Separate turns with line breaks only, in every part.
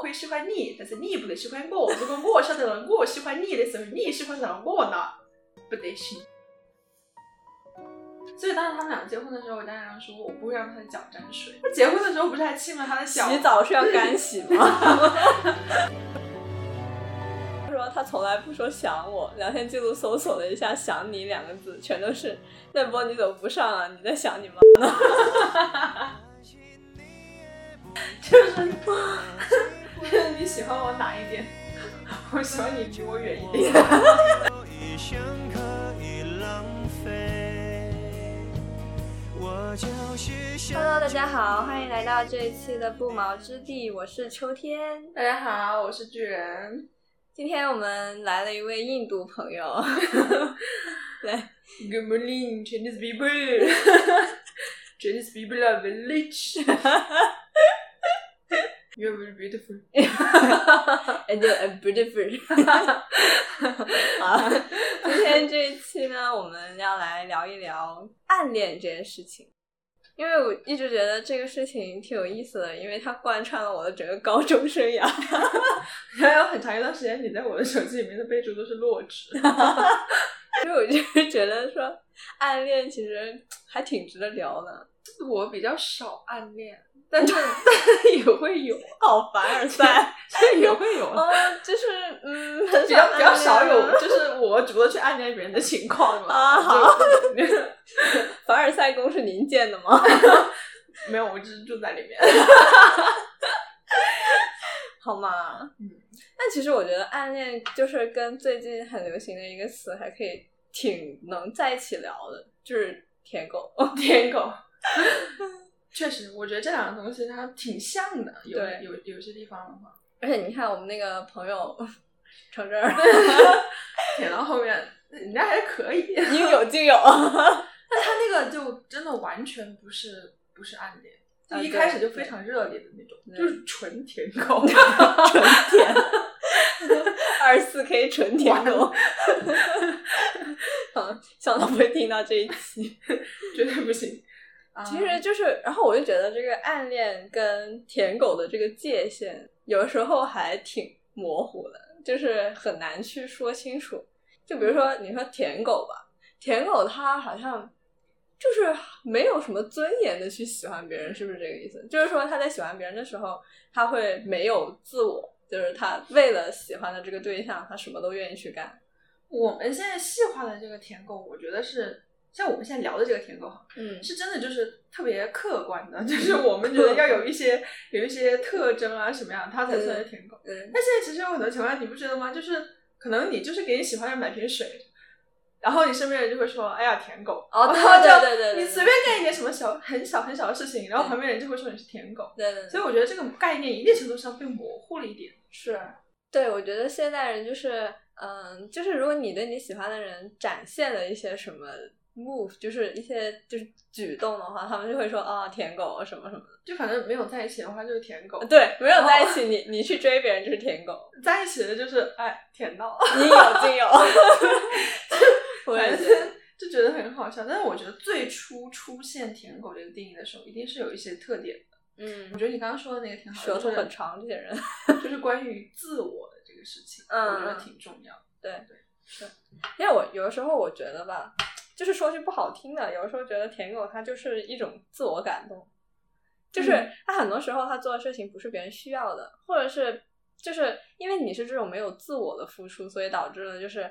会喜欢你，但是你不能喜欢我。如果我晓得了我喜欢你的时候，你喜欢上我了，不得行。所以当时他们俩结婚的时候，我当然说我不会让他脚沾水。他结婚的时候不是还亲了他的脚吗？
洗澡是要干洗吗？他说他从来不说想我，聊天记录搜索了一下“想你”两个字，全都是那波你怎么不上啊？你在想你吗？
就是 你喜欢我哪一点？ 我喜欢你离我远一点。
我一生可以浪费，我就是想
Hello，大家好，欢迎来到这一期的不毛之地，我是秋天。
大家好，我是巨人。
今天我们来了一位印度朋友， 来，
Good morning, Chinese people. Chinese people are very rich. You are very beautiful.
哎对，哎不对不对， 好， 今天这一期呢，我们要来聊一聊暗恋这件事情，因为我一直觉得这个事情挺有意思的，因为它贯穿了我的整个高中生涯。
还有很长一段时间，你在我的手机里面的备注都是落纸。
所以我就是觉得说，暗恋其实还挺值得聊的，
我比较少暗恋，但 是但也会有，
好哦凡尔 赛。
也会 有。
呃，就是嗯，很
比较
少
比较少
暗恋
有，就是我主动去暗恋别人的情况嘛。
啊好
就，
凡尔赛宫是您建的吗？
没有，我只是住在里面。
好吗？
嗯。
但其实我觉得暗恋就是跟最近很流行的一个词还可以挺能在一起聊的，就是舔狗。
舔狗。确实，我觉得这两个东西它挺像的，有
对
有有些地方的话，
而且你看我们那个朋友程真儿，
舔到后面人家还可以，
应有尽有。
但他那个就真的完全不是不是暗恋，就
啊
一
对
开始就非常热烈的那种，
对
就是纯舔狗。
纯舔，二十四 K 纯舔 狗。嗯，想到不会听到这一期。
绝对不行。啊
其实就是，然后我就觉得这个暗恋跟舔狗的这个界限，有时候还挺模糊的，就是很难去说清楚。就比如说，你说舔狗吧，舔狗它好像就是没有什么尊严的去喜欢别人，是不是这个意思？就是说他在喜欢别人的时候，他会没有自我，就是他为了喜欢的这个对象，他什么都愿意去干。
我们现在细化的这个舔狗，我觉得是像我们现在聊的这个舔狗，
嗯
是真的就是特别客观的，就是 我们觉得要有一些 有一些特征啊什么样，它才算是舔狗。
嗯，
但现在其实有很多情况，下，你不觉得吗？就是可能你就是给你喜欢的人买瓶水，然后你身边人就会说：“哎呀，舔狗。”
哦
然
对
后就
对对对对
你随便干一点什么小很小很小的事情，然后旁边人就会说你是舔狗。
对对对
所。以我觉得这个概念一定程度上被模糊了一点。
是，对，我觉得现代人就是，嗯，就是如果你对你喜欢的人展现了一些什么 move，就是一些就是举动的话，他们就会说啊、舔狗什么什么的。
就反正没有在一起的话就是舔狗，
对，没有
哦
在一起，你你去追别人就是舔狗，
在一起的就是哎舔到，
你有 尽有。我也
反
觉
正
得，
就觉得很好笑。但是我觉得最初出现舔狗这个定义的时候，一定是有一些特点的。我
嗯，
觉得你刚刚说的那个挺好的，
舌头
就是
很长，这些人。
就是关于自我的这个事情，
嗯
我觉得挺重要。
因为我有的时候我觉得吧，就是说句不好听的，有的时候觉得舔狗它就是一种自我感动，就是
嗯
他很多时候他做的事情不是别人需要的，或者是就是因为你是这种没有自我的付出，所以导致了就是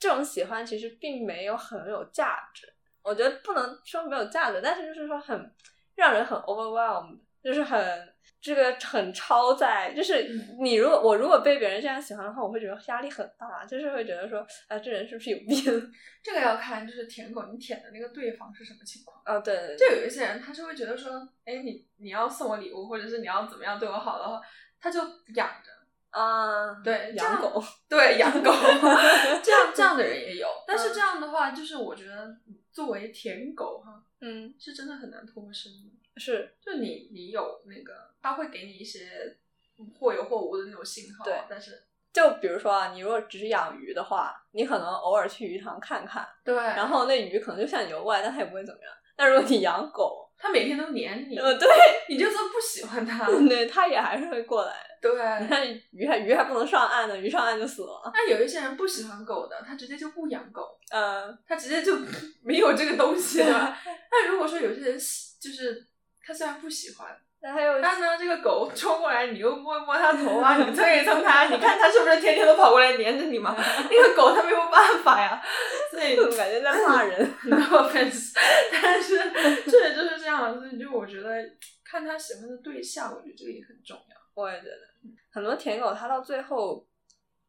这种喜欢其实并没有很有价值。我觉得不能说没有价值，但是就是说很让人很 overwhelmed，就是很这个很超载。就是你如果我如果被别人这样喜欢的话，我会觉得压力很大，就是会觉得说啊，这人是不是有病
这个要看就是舔狗，你舔的那个对方是什么情况。
啊？对对
就
对，
有一些人，他是会觉得说，哎，你你要送我礼物，或者是你要怎么样对我好的话，他就养着，
啊，
对这
养
样
狗，
对，养狗， 这样这样的人也有。但
嗯
是这样的话，就是我觉得作为舔狗哈，
嗯，
是真的很难脱身的。
是
就你你有那个，他会给你一些或有或无的那种信号，
对
但是
就比如说啊，你如果只是养鱼的话，你可能偶尔去鱼塘看看，
对，
然
然后
后那鱼可能就向你游过来，但它也不会怎么样。但如果你养狗，
他每天都黏你，
呃，对，
你就算不喜欢 他，
对，它也还是会过来。
对。
你看鱼还鱼还不能上岸呢，鱼上岸就死了。
那有一些人不喜欢狗的，他直接就不养狗，
嗯，
他直接就没有这个东西了。那如果说有些人喜，就是他虽然不喜欢，
那还有
但呢这个狗冲过来，你又摸一摸它头啊，你蹭一蹭它，你看它是不是天天都跑过来黏着你嘛？那个狗它没有办法呀，所以
怎么感觉在骂人？
no offense，但 是确实就是这样，所以就我觉得看他喜欢的对象，我觉得这个也很重要。
我也觉得，很多舔狗它到最后，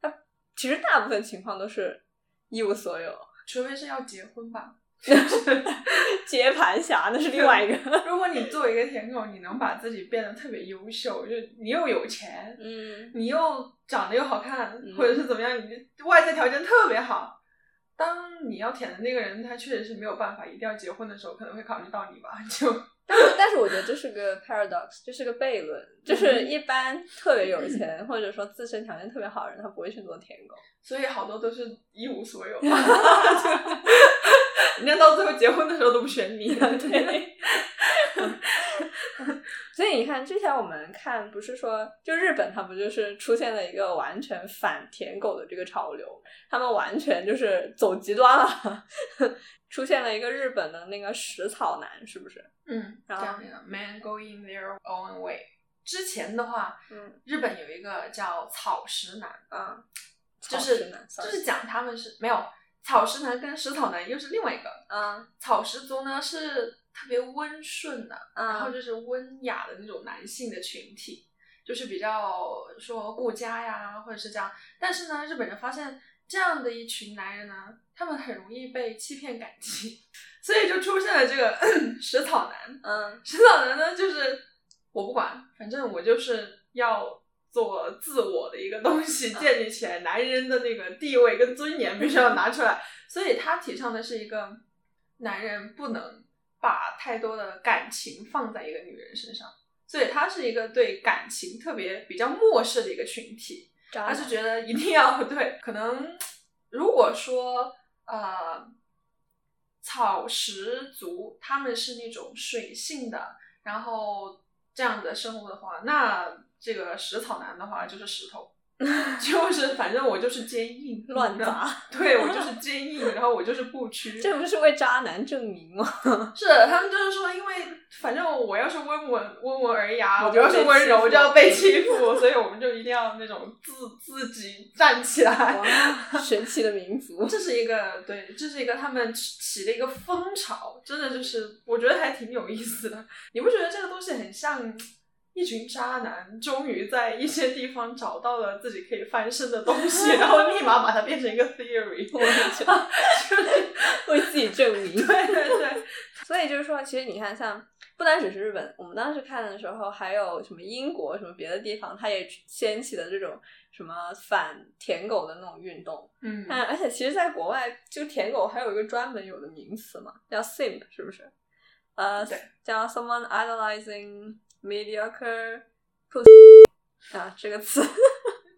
它其实大部分情况都是一无所有，
除非是要结婚吧。
接盘侠那是另外一个。
如果你作为一个舔狗，你能把自己变得特别优秀，就是你又有钱，
嗯，
你又长得又好看
嗯，
或者是怎么样，你就外在条件特别好。当你要舔的那个人他确实是没有办法，一定要结婚的时候，可能会考虑到你吧，就
但是但是我觉得这是个 paradox，这是个悖论，就是一般特别有钱或者说自身条件特别好的人，他不会去做舔狗。
所以好多都是一无所 有，就人家到最后结婚的时候都不选你，
对。所以你看，之前我们看不是说，就日本它不就是出现了一个完全反舔狗的这个潮流，他们完全就是走极端了， 出现了一个日本的那个食草男，是不是？
嗯，这样的一个 man going their own way。之前的话，
嗯
日本有一个叫草食男，
啊，
就
草
是
食男
就
，sorry
是讲他们是没有草食男跟食草男又是另外一个。
啊
草食族呢是特别温顺的，然后
啊
就是温雅的那种男性的群体，就是比较说顾家呀，或者是这样。但是呢，日本人发现这样的一群男人呢，他们很容易被欺骗感情， 所以就出现了这个 食草男。
嗯
食草男呢，就是我不管，反正我就是要做自我的一个东西，建立起来男人的那个地位跟尊严必须要拿出来。所以他提倡的是一个男人不能把太多的感情放在一个女人身上，所以他是一个对感情特别比较漠视的一个群体。
渣
他
男
是觉得一定要 对，可能如果说呃草食族他们是那种水性的，然后这样的生物的话，那这个食草男的话就是石头， 就是反正我就是坚硬
乱，砸，
对我 就是坚硬，然后我就是不屈，
嗯这不是为渣男证明吗？
是，他们就是说，因为反正我要是温文温文尔雅，
你
我
就
要是温柔
被欺负
就要被欺负，所以我们就一定要那种自自己站起来。
哇， 神奇的民族。
这是一个对，这是一个他们起起的一个风潮，真的就是我觉得还挺有意思的。你不觉得这个东西很像一群渣男终于在一些地方找到了自己可以翻身的东西，然后立马把它变成一个 theory？
我也觉得为自己证明，
对对 对，
所以就是说，其实你看像，不单只是日本，我们当时看的时候，还有什么英国、什么别的地方，它也掀起了这种什么反舔狗的那种运动。
嗯
但而且其实，在国外，就舔狗还有一个专门有的名词嘛，叫 simp，是不是？呃
对，
叫 someone idolizing mediocre pussy 啊，这个词。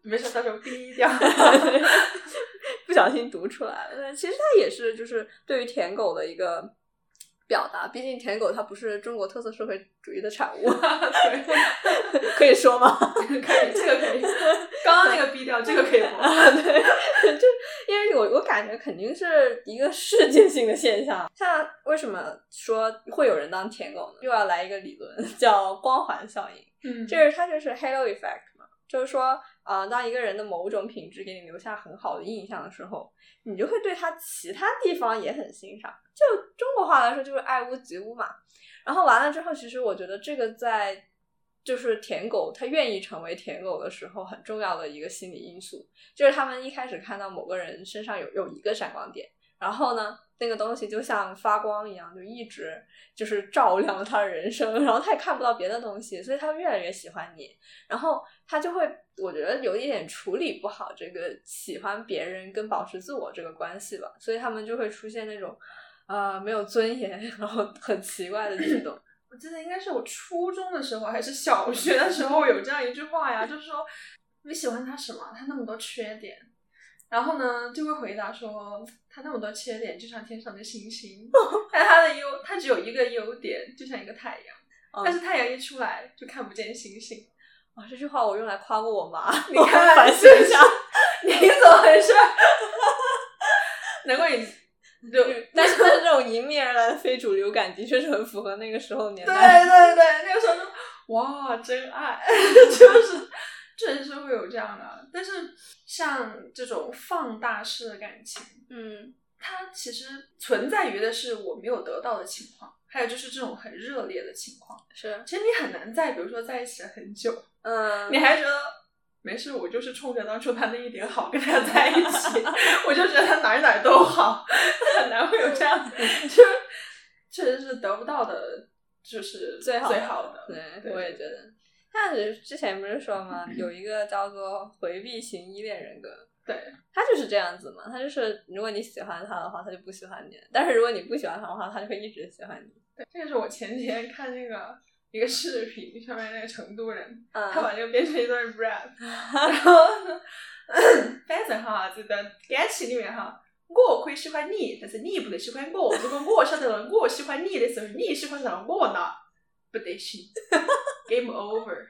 没事，到时候逼掉。
不小心读出来了。但其实它也是就是对于舔狗的一个表达，毕竟舔狗它不是中国特色社会主义的产物， 可以说吗？
可以，这个可以。刚刚那个逼掉，这个可以播。
啊，对， 就因为我我感觉肯定是一个世界性的现象。像为什么说会有人当舔狗呢？又要来一个理论叫光环效应。
嗯
就是它就是 halo effect 嘛，就是说，呃，当一个人的某种品质给你留下很好的印象的时候，你就会对他其他地方也很欣赏。就中国话来说，就是爱屋及乌嘛。然后完了之后，其实我觉得这个在就是舔狗他愿意成为舔狗的时候，很重要的一个心理因素，就是他们一开始看到某个人身上有有一个闪光点，然后呢，那个东西就像发光一样，就一直就是照亮了他的人生，然后他也看不到别的东西，所以他越来越喜欢你，然后他就会，我觉得有一点处理不好这个喜欢别人跟保持自我这个关系吧，所以他们就会出现那种。呃，没有尊严， 然后很奇怪的举 动。嗯
我记得应该是我初中的时候还是小学的时候有这样一句话呀，就是说你喜欢他什么？他那么多缺点。然后呢，就会回答说他那么多缺点，就像天上的星星， 但他的优，他只有一个优点，就像一个太阳，
嗯
但是太阳一出来就看不见星星。
哇，这句话我用来夸过 我妈，
你
我
看
反省一下。
你怎么回事？ 难怪你就
嗯 但是但是这种迎面而来的非主流感的确是很符合那个时候的 年
对
代。
对对，那个时候就哇，真爱， 就是确实是会有这样的。但是像这种放大式的感情，
嗯
它其实存在于的是我没有得到的情况，还有就是这种很热烈的情况。
是
其实你很难在比如说在一起了很久，
嗯
你还觉得。没事，我就是冲着当初他那一点好跟他在一起，我就觉得他哪儿哪儿都好，很难会有这样子，就是确实是得不到的，就是
最好
最好的，
对，
对
我也觉得。但是之前不是说吗？有一个叫做回避型依恋人格，
对，
他就是这样子嘛。他就是如果你喜欢他的话，他就不喜欢你；但是如果你不喜欢他的话，他就会一直喜欢你。
这个是我前几天看那个一个视频，上面那个成都人，
嗯
他把这个变成一段 rap，然后呢反正哈，这段感情里面哈，我可以喜欢你，但是你不能喜欢我。如果我晓得了我喜欢你的时候，你喜欢上我呢，不得行 ，game over。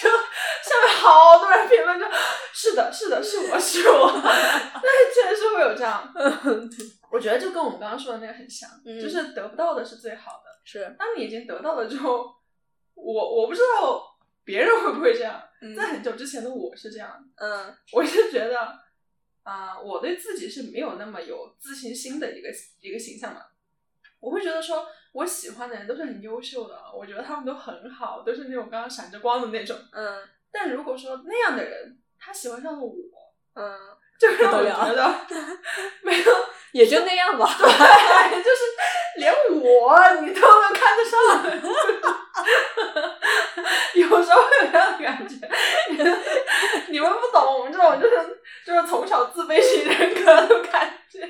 就下面好多人评论说，是的，是的，是我是 我，但是确实是会有这样。我觉得就跟我们刚刚说的那个很像，
嗯
就是得不到的是最好的。
是，
当你已经得到了之后，我我不知道别人会不会这样，
嗯
在很久之前的我是这样，
嗯
我是觉得，啊、我对自己是没有那么有自信心的一个一个形象嘛。我会觉得说，我喜欢的人都是很优秀的，我觉得他们都很好，都是那种刚刚闪着光的那种。
嗯
但如果说那样的人他喜欢上了我，
嗯，
就让
不
我
得了
觉得没有
也就那样吧。
对，就是连我你都能看得上，有时候会有这样的感觉。你们不懂我们这种就是就是从小自卑型人格的感觉，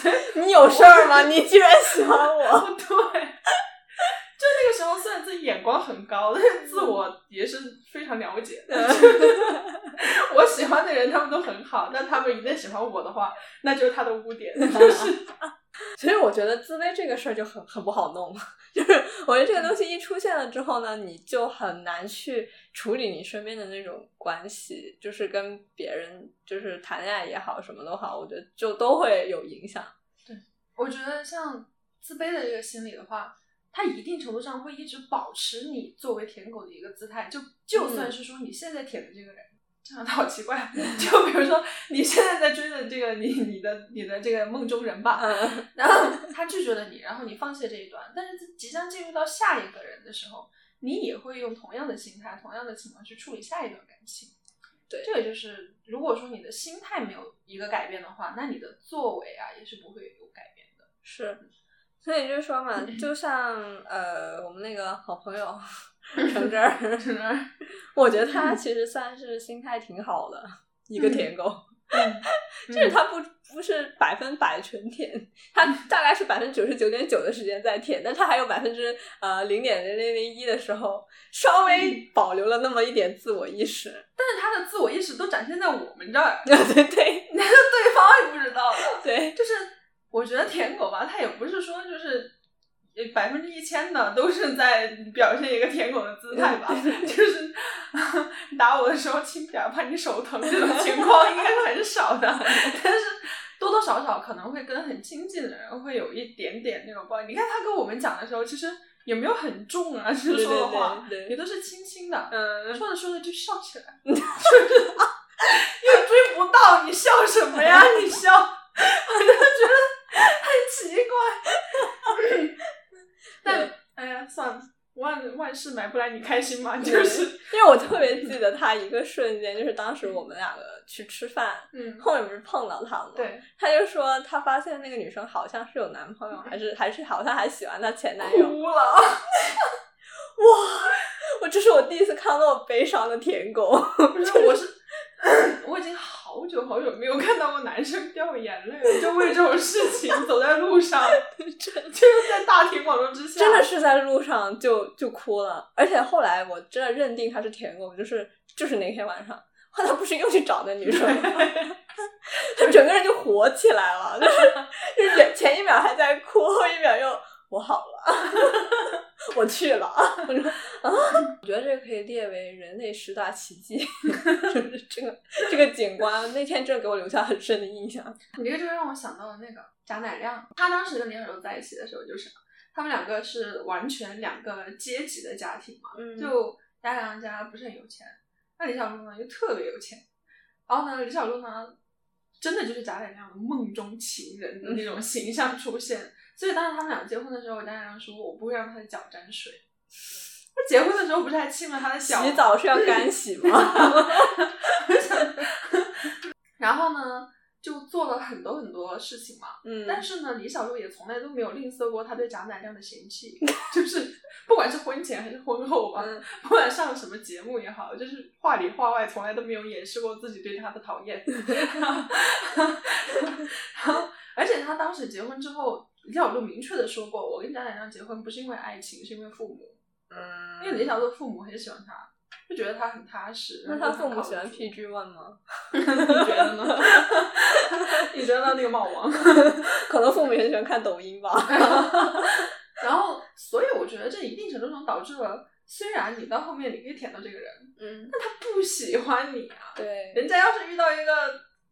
所以
你有事儿吗？你居然喜欢我？
对，就那个时候虽然自己眼光很高，但是
嗯
自我也是非常了解的。 我喜欢的人他们都很好，但他们一旦喜欢我的话，那就是他的污 点，就是
啊所以我觉得自卑这个事儿就很很不好弄， 就是我觉得这个东西一出现了之后呢，你就很难去处理你身边的那种关系，就是跟别人就是谈恋爱也好，什么都好，我觉得就都会有影响。
我觉得像自卑的这个心理的话，它一定程度上会一直保持你作为舔狗的一个姿态。就就
嗯
算是说你现在舔的这个人，这样好奇怪。啊就比如说你现在在追的这个你你的你的这个梦中人吧，
嗯
然后他拒绝了你，然后你放弃了这一段，但是即将进入到下一个人的时候，你也会用同样的心态、同样的情况去处理下一段感情。
对
这个就是如果说你的心态没有一个改变的话，那你的作为啊也是不会有改变的。
是，所以就是说嘛，就像呃，我们那个好朋友 程真儿，
真的，
我觉得他其实算是心态挺好的一个舔狗。嗯
就
就是他不不是百分百纯舔， 他大概是百分之九十九点九的时间在舔，但他还有百分之呃零点零零零一的时候，稍
嗯
微保留了那么一点自我意识。
但是他的自我意识都展现在我们这儿，
对对
难道对方也不知道的？
对，
就是我觉得舔狗吧，他也不是说就是百分之一千的都是在表现一个舔狗的姿态吧，就是 你打我的时候轻点儿，怕你手疼这种情况应该是很少的， 但是。多多少少可能会跟很亲近的人会有一点点那种关系。你看他跟我们讲的时候，其实也没有很重啊，就是 说的话
对对对对
也都是轻轻的。
嗯，
说着说着就笑起来， 又追不到，你笑什么 呀？你笑，我就觉得很奇怪。 但
对
哎呀，算了，万万事买不来你开心嘛，就是
因为我特别记得他一个瞬间，就是当时我们两个去吃饭，
嗯，
后面不是碰到他了吗？，
对，
他就说他发现那个女生好像是有男朋友，还是还是好像还喜欢他前男友。
哭了，
哇，我这是我第一次看到我悲伤的舔狗。
不是，我是。我已经好久好久没有看到过男生掉眼泪了，就为这种事情走在路 上，就是在大庭广众之下，
真的是啊在路上就就哭了，而且后来我真的认定他是舔狗，就是就是那天晚上，后来不是又去找那女生吗， 他整个人就火起来了，就是就是前一秒还在哭，后一秒又我好了， 我去了，我说啊，我觉得这个可以列为人类十大奇迹， 就是这个这个景观，那天真的给我留下很深的印象。
你这个就让我想到了那个贾乃亮，他当时跟李海洲在一起的时候，就是他们两个是完全两个阶级的家庭嘛，
嗯
就贾乃亮家不是很有钱，那李小璐呢又特别有钱，然后呢李小璐呢真的就是贾乃亮的梦中情人的 那种形象出现，所以当时他们俩结婚的时候，贾乃亮说我不会让他的脚沾水。他结婚的时候不是还亲了他的脚吗？
洗澡是要干洗吗？
然后呢，就做了很多很多事情嘛。
嗯
但是呢，李小璐也从来都没有吝啬过她对贾乃亮的嫌弃， 就是不管是婚前还是婚后吧，
嗯
不管上什么节目也好，就是话里话外从来都没有掩饰过自己对他的讨厌。 然后，而且他当时结婚之后，李小璐明确的说过，我跟贾乃亮结婚不是因为爱情，是因为父母，
嗯
因为李小璐父母很喜欢他，就觉得他很踏实。
那
然后
他
很
父
靠
母
得
喜欢
住
PG One 吗？
你觉得 呢？ 你觉得那个猫王？
可能父母也喜欢看抖音吧。
然后，所以我觉得这一定程度上导致了，虽然你到后面你可以舔到这个人，
嗯，
他不喜欢你啊。
对，
人家要是遇到一个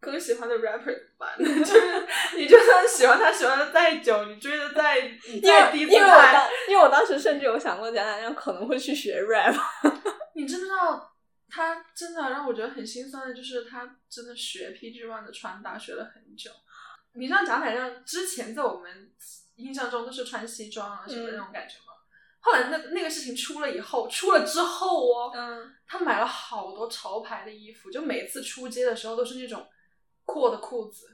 更喜欢的 rapper 怎么办？ 就是你就算喜欢他，喜欢的再久，你追的再你
因为
再低
因
姿
为我当
态，
因为我当时甚至有想过贾乃亮可能会去学 rap，
你知不知道？他真的让我觉得很心酸的，就是他真的学 PG One 的穿搭学了很久。你知道贾乃亮之前在我们印象中都是穿西装啊什么
嗯
那种感觉吗？后来那那个事情出了以后，出了之后哦，
嗯，
他买了好多潮牌的衣服，就每次出街的时候都是那种阔的裤子，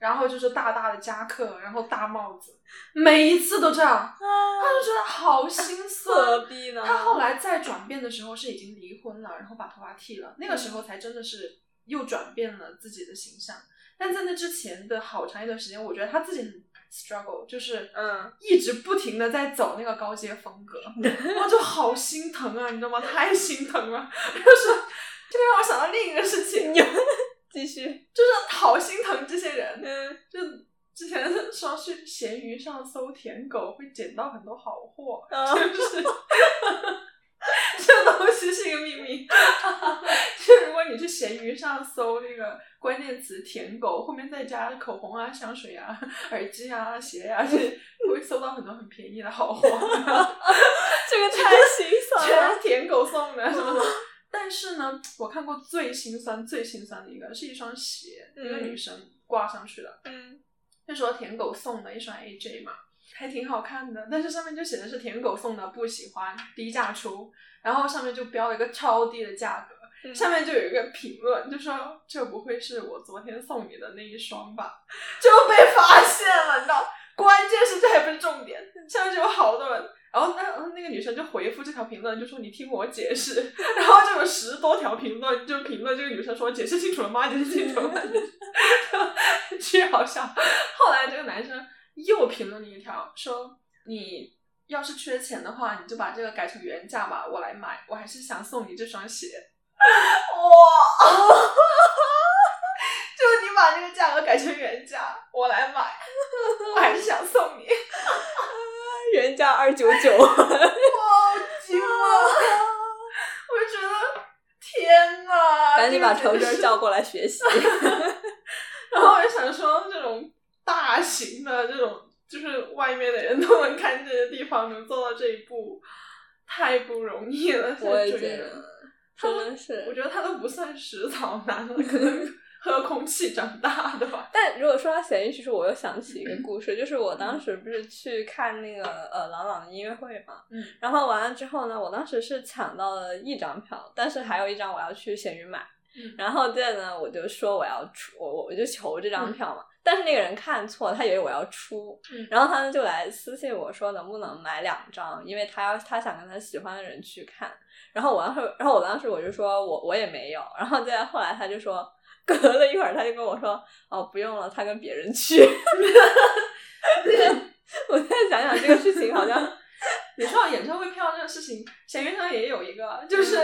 然后就是大大的夹克，然后大帽子，每一次都这样，他就觉得好心酸。
何必呢？
他后来再转变的时候是已经离婚了，然后把头发剃了，那个时候才真的是又转变了自己的形象。但在那之前的好长一段时间，我觉得他自己很 struggle，就是
嗯，
一直不停的在走那个高阶风格，我就好心疼啊，你知道吗？太心疼了，就是这个让我想到另一个事 情，就
继续，
是好心疼这些人，
嗯
就。之前说去闲鱼上搜舔狗会捡到很多好货，
嗯
这东西是一个秘密。 就如果你去闲鱼上搜那个关键词“舔狗”，后面再加口红啊、香水啊、耳机啊、鞋啊，这会搜到很多很便宜的好货，
这个太心 酸
全
了。
是舔狗送 的什么的。但是 呢，我看过最心酸、最心酸的一个是一双鞋，一个
嗯
女生挂上去的，
嗯
那时候舔狗送的一双 AJ 嘛，还挺好看的，但是上面就写的是舔狗送的，不喜欢，低价出，然后上面就标了一个超低的价格，
嗯
下面就有一个评论就说这不会是我昨天送你的那一双吧？ 就被发现了，你知道？关键是这还不是重点， 下面就有好多人。然后那那个女生就回复这条评论，就说你听我解释， 然后就有十多条评论，就评论这个女生说解释清楚了吗？解释清楚了吗？ 巨好笑。后来这个男生又评论了一条，说你要是缺钱的话，你就把这个改成原价吧，我来买。我还是想送你这双鞋。哇！ 就你把这个价格改成原价，我来买，我还是想送你。
原价二九九，
好惊啊！我就觉得天哪！
赶紧把
这个
橙
简
汁
直
儿
是
叫过来学 习。
然后我就想说，这种大型的这种，就是外面的人都能看见的地方，能做到这一步，太不容易了。
我也
这追
觉
人
得，真 的
我
是。
觉得他都不算食草男了，可能喝空气长大的吧。
但如果说到咸鱼，其实我又想起一个故事，就是我当时不是去看那个呃朗朗的音乐会嘛，
嗯，
然后完了之后呢，我当时是抢到了一张票，但是还有一张我要去闲鱼买，
嗯
然后接着呢，我就说我要出，我我我就求这张票嘛。但是那个人看错了，他以为我要出，
嗯
然后他呢就来私信我说能不能买两张，因为他要他想跟他喜欢的人去看。然后我当时，然后我当时我就说我我也没有。然后接着后来他就说，隔了一会儿他就跟我说哦不用了，他跟别人去。 我现在想想这个事情好像
你知道演唱会票这个事情，闲鱼上也有一个，就是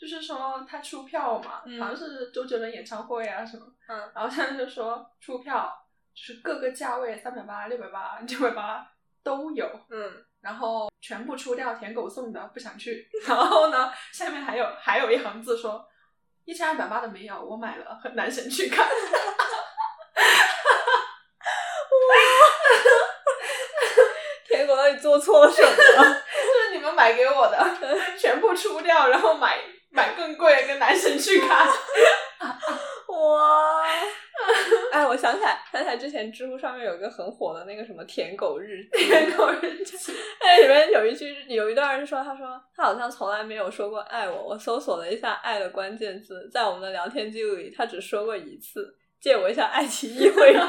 就是说他出票嘛，
嗯
好像是周杰伦演唱会啊什么，
嗯，
然后他就说出票就是各个价位三百八、六百八、九百八都有，
嗯，
然后全部出掉，舔狗送的不想去，然后呢下面还有还有一行字说一千二百八的没有，我买了，很男神去看。
舔狗到底做错了什么？
就是你们买给我的，全部出掉，然后买买更贵的跟男神去看。
哇！ 哎，我想起来，想起来之前知乎上面有一个很火的那个什么舔狗日 记，
舔狗日记，
哎，里面有一句有一段是说，他说他好像从来没有说过爱我。我搜索了一下爱的关键字，在我们的聊天记录里，他只说过一次。借我一下爱奇艺会员，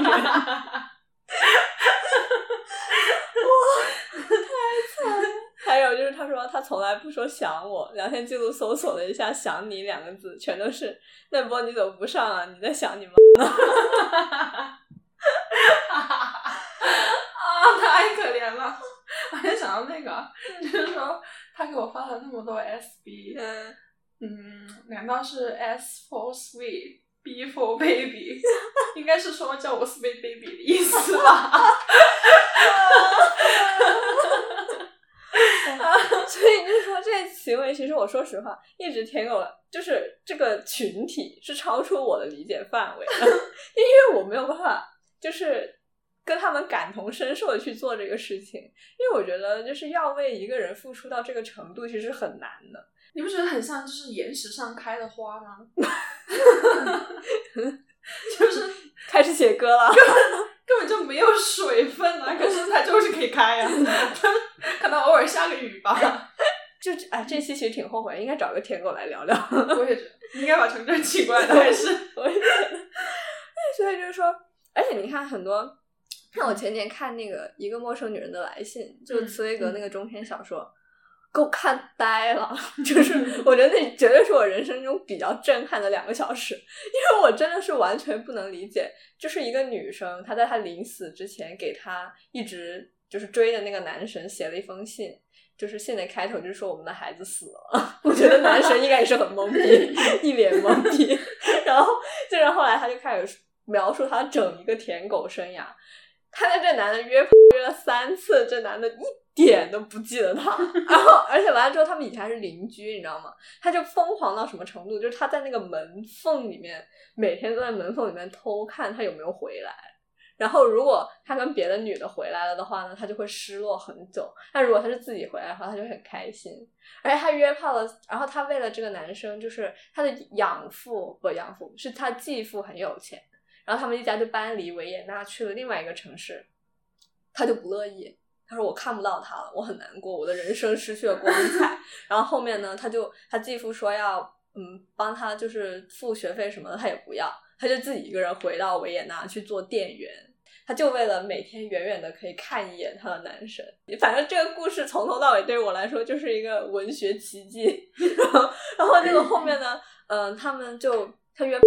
还有就是他说他从来不说想我，聊天记录搜索了一下“想你”两个字，全都是那波你怎么不上啊？你在想你吗？
啊， 太可怜了。我就想到那个， 就是说他给我发了那么多 SB，
嗯，
嗯，难道是 S for sweet。B for baby，应该是说叫我 sweet baby 的意思吧？
所以就是说这些行为，其实我说实话，一直舔狗就是这个群体是超出我的理解范围的， 因为我没有办法就是跟他们感同身受的去做这个事情，因为我觉得就是要为一个人付出到这个程度，其实很难的。
你不觉得很像就是岩石上开的花吗？ 就是
开始写歌了，
根本就没有水分啊，可是它就是可以开啊， 可能偶尔下个雨吧。
就哎，这期其实挺后悔，应该找个舔狗来聊聊。
我也觉得你应该把城镇请过来的，还是
我也觉得。 所以就是说，而且你看很多，像我前年看那个《一个陌生女人的来信》，就是茨威格那个中篇小说，给我看呆了。就是我觉得那绝对是我人生中比较震撼的两个小时，因为我真的是完全不能理解，就是一个女生她在她临死之前给她一直就是追的那个男神写了一封信。就是信的开头就是说我们的孩子死了， 我觉得男神应该也是很懵逼，一脸懵逼。 然后，就是后来他就开始描述他整一个舔狗生涯。他跟这男的约约了三次，这男的一点都不记得他。 然后，而且完了之后，他们以前还是邻居，你知道吗？他就疯狂到什么程度？就是他在那个门缝里面，每天都在门缝里面偷看他有没有回来。然后，如果他跟别的女的回来了的话呢，他就会失落很久；但如果他是自己回来的话，他就会很开心。而且他约炮了，然后他为了这个男生，就是他的养父不养父是他继父很有钱，然后他们一家就搬离维也纳去了另外一个城市，他就不乐意，他说我看不到他了，我很难过，我的人生失去了光彩。 然后后面呢，他就他继父说要嗯帮他就是付学费什么的，他也不要，他就自己一个人回到维也纳去做店员。他就为了每天远远的可以看一眼他的男神，反正这个故事从头到尾对我来说就是一个文学奇迹。 然后，然后这个后面呢，嗯、他们就他约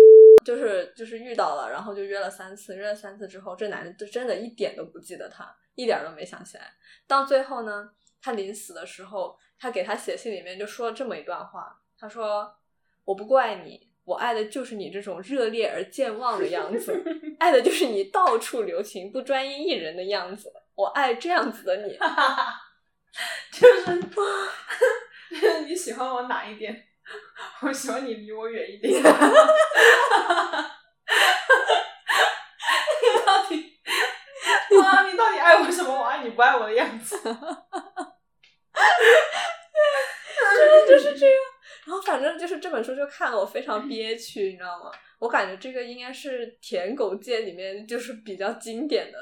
就是就是遇到了，然后就约了三次，约了三次之后，这男的就真的一点都不记得他，一点儿都没想起来。到最后呢，他临死的时候，他给他写信里面就说了这么一段话，他说：“我不怪你，我爱的就是你这种热烈而健忘的样子。”爱的就是你到处留情、不专一一人的样子。我爱这样子的你。
就是就是你喜欢我哪一点？ 我喜欢你离我远一 点。你到 底啊？你到底爱我什么？我爱你不爱我的样子。
真的就是这样。然后反正就是这本书就看了我非常憋屈，你知道吗？我感觉这个应该是舔狗界里面就是比较经典的，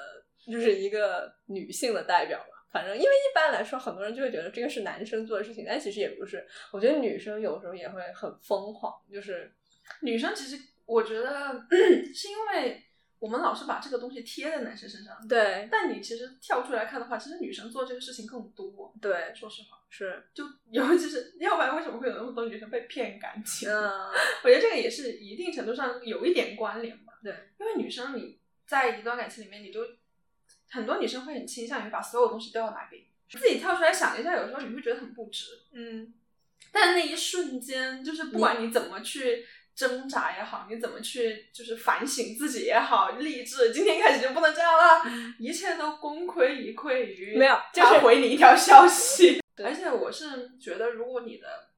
就是一个女性的代表吧。反正因为一般来说，很多人就会觉得这个是男生做的事情，但其实也不是。我觉得女生有时候也会很疯狂，就是
女生其实我觉得 是因为我们老是把这个东西贴在男生身上，
对
但你其实跳出来看的话，其实女生做这个事情更多。
对
说实话，
是，
就尤其是要不然为什么会有那么多女生被骗感情？
嗯
我觉得这个也是一定程度上有一点关联吧。
对，
因为女生你在一段感情里面，你就很多女生会很倾向于把所有东西都要拿给你，自己跳出来想一下，有时候你会觉得很不值。
嗯
但那一瞬间，就是不管你怎么去挣扎也好，你怎么去就是反省自己也好，励志，今天开始就不能这样了，一切都功亏一篑于
没有就是
他回你一条消息。
对
而且我是觉得，如果你的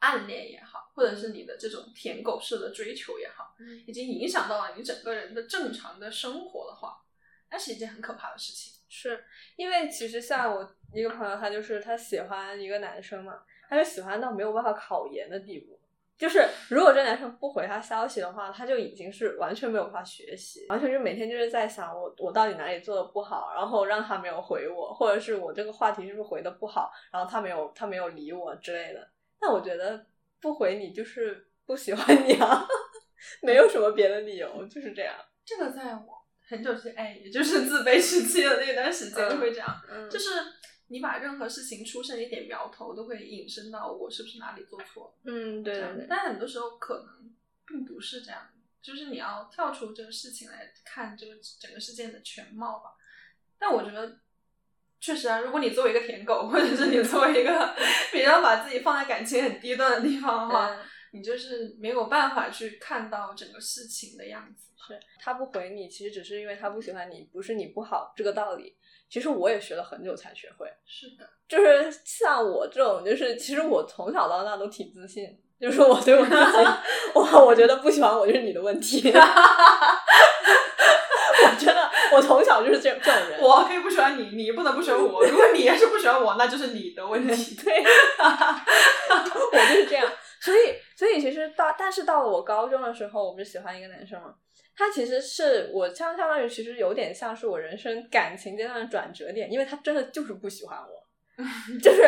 暗恋也好，或者是你的这种舔狗式的追求也好，
嗯
已经影响到了你整个人的正常的生活的话，那是一件很可怕的事情。
是因为其实像我一个朋友，他就是他喜欢一个男生嘛，他就喜欢到没有办法考研的地步。就是如果这男生不回他消息的话，他就已经是完全没有办法学习，完全就每天就是在想我我到底哪里做的不好，然后让他没有回我，或者是我这个话题是不是回的不好，然后他没有他没有理我之类的。那我觉得不回你就是不喜欢你啊， 没有什么别的理由，就是这样。
这个在我很久之前，哎，也就是自卑时期的那段时间会这样，
嗯
就是你把任何事情出现一点苗头，都会引申到我是不是哪里做错了。
嗯，对
这
对
样
对，
但很多时候可能并不是这样的，就是你要跳出这个事情来看这个整个事件的全貌吧。但我觉得，确实啊，如果你作为一个舔狗，或者是你作为一个比较把自己放在感情很低端的地方的话，
嗯
你就是没有办法去看到整个事情的样子。
是他不回你，其实只是因为他不喜欢你，不是你不好这个道理。其实我也学了很久才学会，
是的，
就是像我这种，就是其实我从小到大都挺自信，就是我对我自己，我我觉得不喜欢我就是你的问题。 我真的，我从小就是这这种人。
我可以不喜欢你，你不能不喜欢我。如果你要是不喜欢我，那就是你的问题。
对，我就是这样。所以，所以其实到，但是到了我高中的时候，我不是喜欢一个男生嘛，他其实是我相相当于其实有点像是我人生感情阶段的转折点，因为他真的就是不喜欢我，就是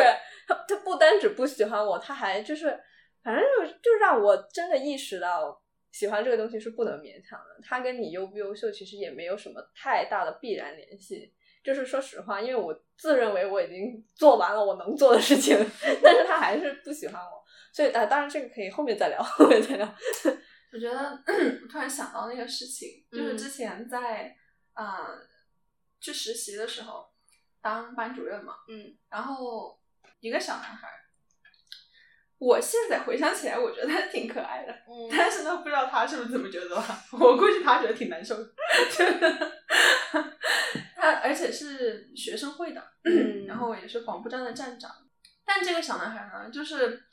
他他不单只不喜欢我，他还就是反正就就让我真的意识到。喜欢这个东西是不能勉强的，他跟你优不优秀其实也没有什么太大的必然联系。就是说实话，因为我自认为我已经做完了我能做的事情， 但是他还是不喜欢我，所以啊，当然这个可以后面再聊，后面再聊。
我觉得 突然想到那个事情，就是
嗯
之前在嗯、呃去实习的时候，当班主任嘛，
嗯，
然后一个小男孩儿，我现在回想起来，我觉得他挺可爱的，
嗯
但是呢，不知道他是不是这么觉得吧？ 我估计他觉得挺难受的，真的。 他而且是学生会的，
嗯
然后也是黄浦站的站长。但这个小男孩呢，就是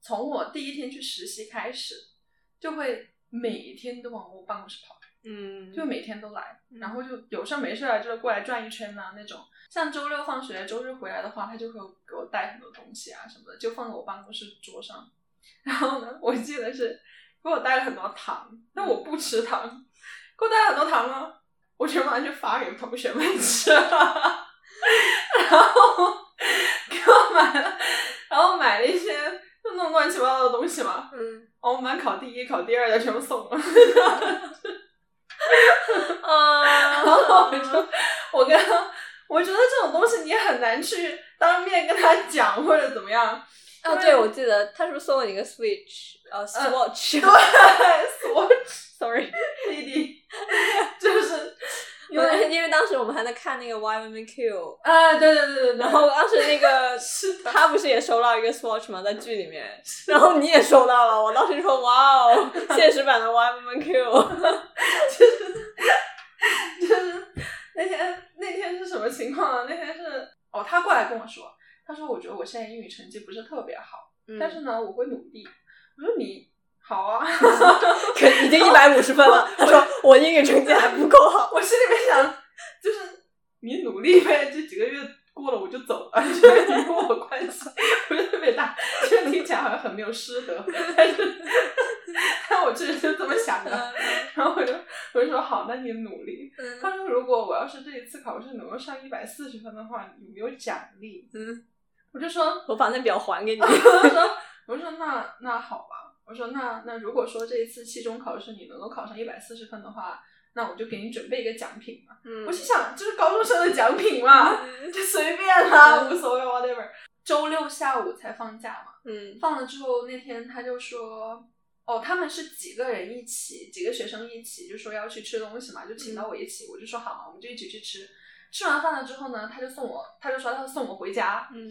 从我第一天去实习开始，就会每天都往我办公室跑，
嗯
就每天都来，然后就有事儿没事儿就过来转一圈呐、那种。像周六放学、周日回来的话，他就会给我带很多东西啊什么的，就放在我办公室桌上。然后呢，我记得是给我带了很多糖，但
嗯
我不吃糖，给我带了很多糖呢，我全部拿去发给同学们吃了。然后给我买了，然后买了一些就那种乱七八糟的东西嘛，
嗯
我们班考第一、考第二的全部送了。
啊，
然后我就， 我跟他，我觉得这种东西你很难去当面跟他讲或者怎么样。
啊，对，我记得他是不是送了你一个 Switch 呃 Swatch？
对，我
Sorry，
弟弟就是
因为因为当时我们还在看那个 Y M Q，
啊，对对对对，
然后当时那 个
是的，
他不是也收到一个 Swatch 吗？在剧里面，然后你也收到了，我当时就说哇哦，现实版的 Y M Q。
就是那天那天是什么情况啊？那天是哦，他过来跟我说，他说我觉得我现在英语成绩不是特别好，
嗯
但是呢，我会努力。我说你好 啊。
可已经一百五十分了。他说 我英语成绩还不够好。
我心里面想，就是你努力呗，这几个月过了我就走了， 就是你跟我关系不是特别大，就是听起来好像很没有师德，但是但我确实就这么想的。
嗯
然后我就我就说好，那你努力。他说如果我要是这一次考试能够上一百四十分的话，有没有奖励？
嗯，
我就说
我把那表还给你。
我说，我说那那好吧，我说那那如果说这一次期中考试你能够考上一百四十分的话，那我就给你准备一个奖品嘛。
嗯
我心想，这是高中生的奖品嘛， 就随便啦、无所谓 whatever。周六下午才放假嘛，
嗯
放了之后那天他就说。哦，他们是几个人一起，几个学生一起，就说要去吃东西嘛，就请到我一起，我就说好嘛，我们就一起去吃。吃完饭了之后呢，他就送我，他就说他送我回家，
嗯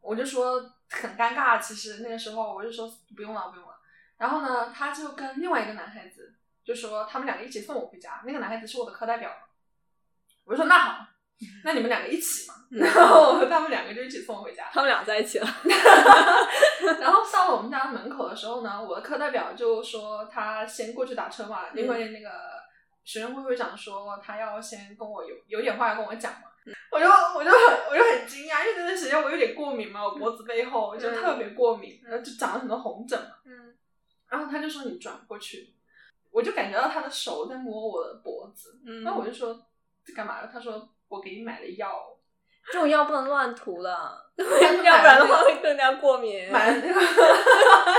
我就说很尴尬，其实那个时候我就说不用了，不用了。然后呢，他就跟另外一个男孩子就说他们两个一起送我回家，那个男孩子是我的课代表，我就说那好，那你们两个一起嘛，
嗯
然后他们两个就一起送我回家。
他们俩在一起了。
然后到了我们家门口的时候呢，我的课代表就说他先过去打车嘛，因为那个学生会会长说他要先跟我有有点话要跟我讲嘛。我就我就很我就很惊讶，因为那段时间我有点过敏嘛，我脖子背后就特别过敏，然后就长了很多红疹嘛。
嗯
然后他就说你转过去，我就感觉到他的手在摸我的脖子，
嗯
那我就说这干嘛？他说我给你买了药，
这种药不能乱涂了， 要
买了
不然的话会更加过敏。
买了那个，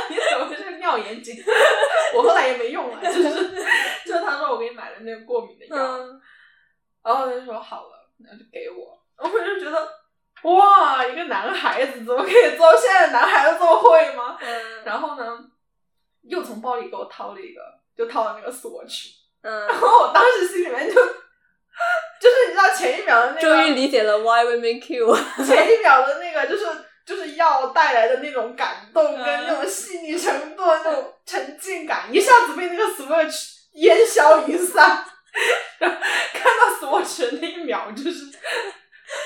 你怎么会是尿眼睛？ 我后来也没用了，就是就是他说我给你买了那个过敏的药，
嗯，
然后他就说好了，然后就给我，我就觉得哇，一个男孩子怎么可以做现在的男孩子这么会吗？
嗯
然后呢，又从包里给我掏了一个，就掏了那个锁匙，
嗯，
然后我当时心里面就。就是你知道前一秒的那个，
终于理解了 Why Women Kill。
前一秒的那个就是就是药带来的那种感动跟
嗯
那种细腻程度的那种沉浸感，一下子被那个 Swatch 烟消云散。 然后看到 Swatch 的那一秒，就是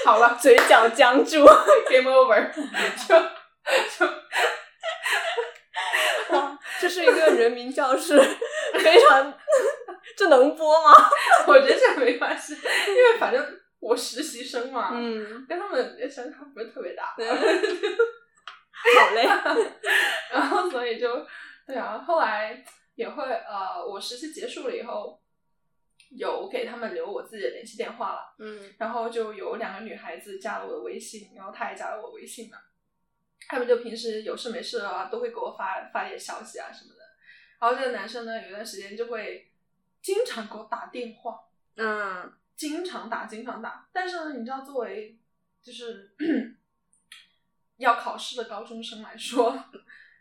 好了
嘴角僵住，
，game over，就
这是一个人民教 室，非常，这能播吗？
我觉得这没关系，因为反正我实习生嘛，
嗯，
跟他们相差不是特别大。
对好嘞，
然后所以就对啊，后来也会呃，我实习结束了以后，有给他们留我自己的联系电话了，
嗯
然后就有两个女孩子加了我的微信，然后她也加了我微信嘛，他们就平时有事没事啊都会给我发发点消息啊什么的，然后这个男生呢有一段时间就会经常给我打电话，
嗯
经常打，经常打。但是呢，你知道，作为就是 要考试的高中生来说，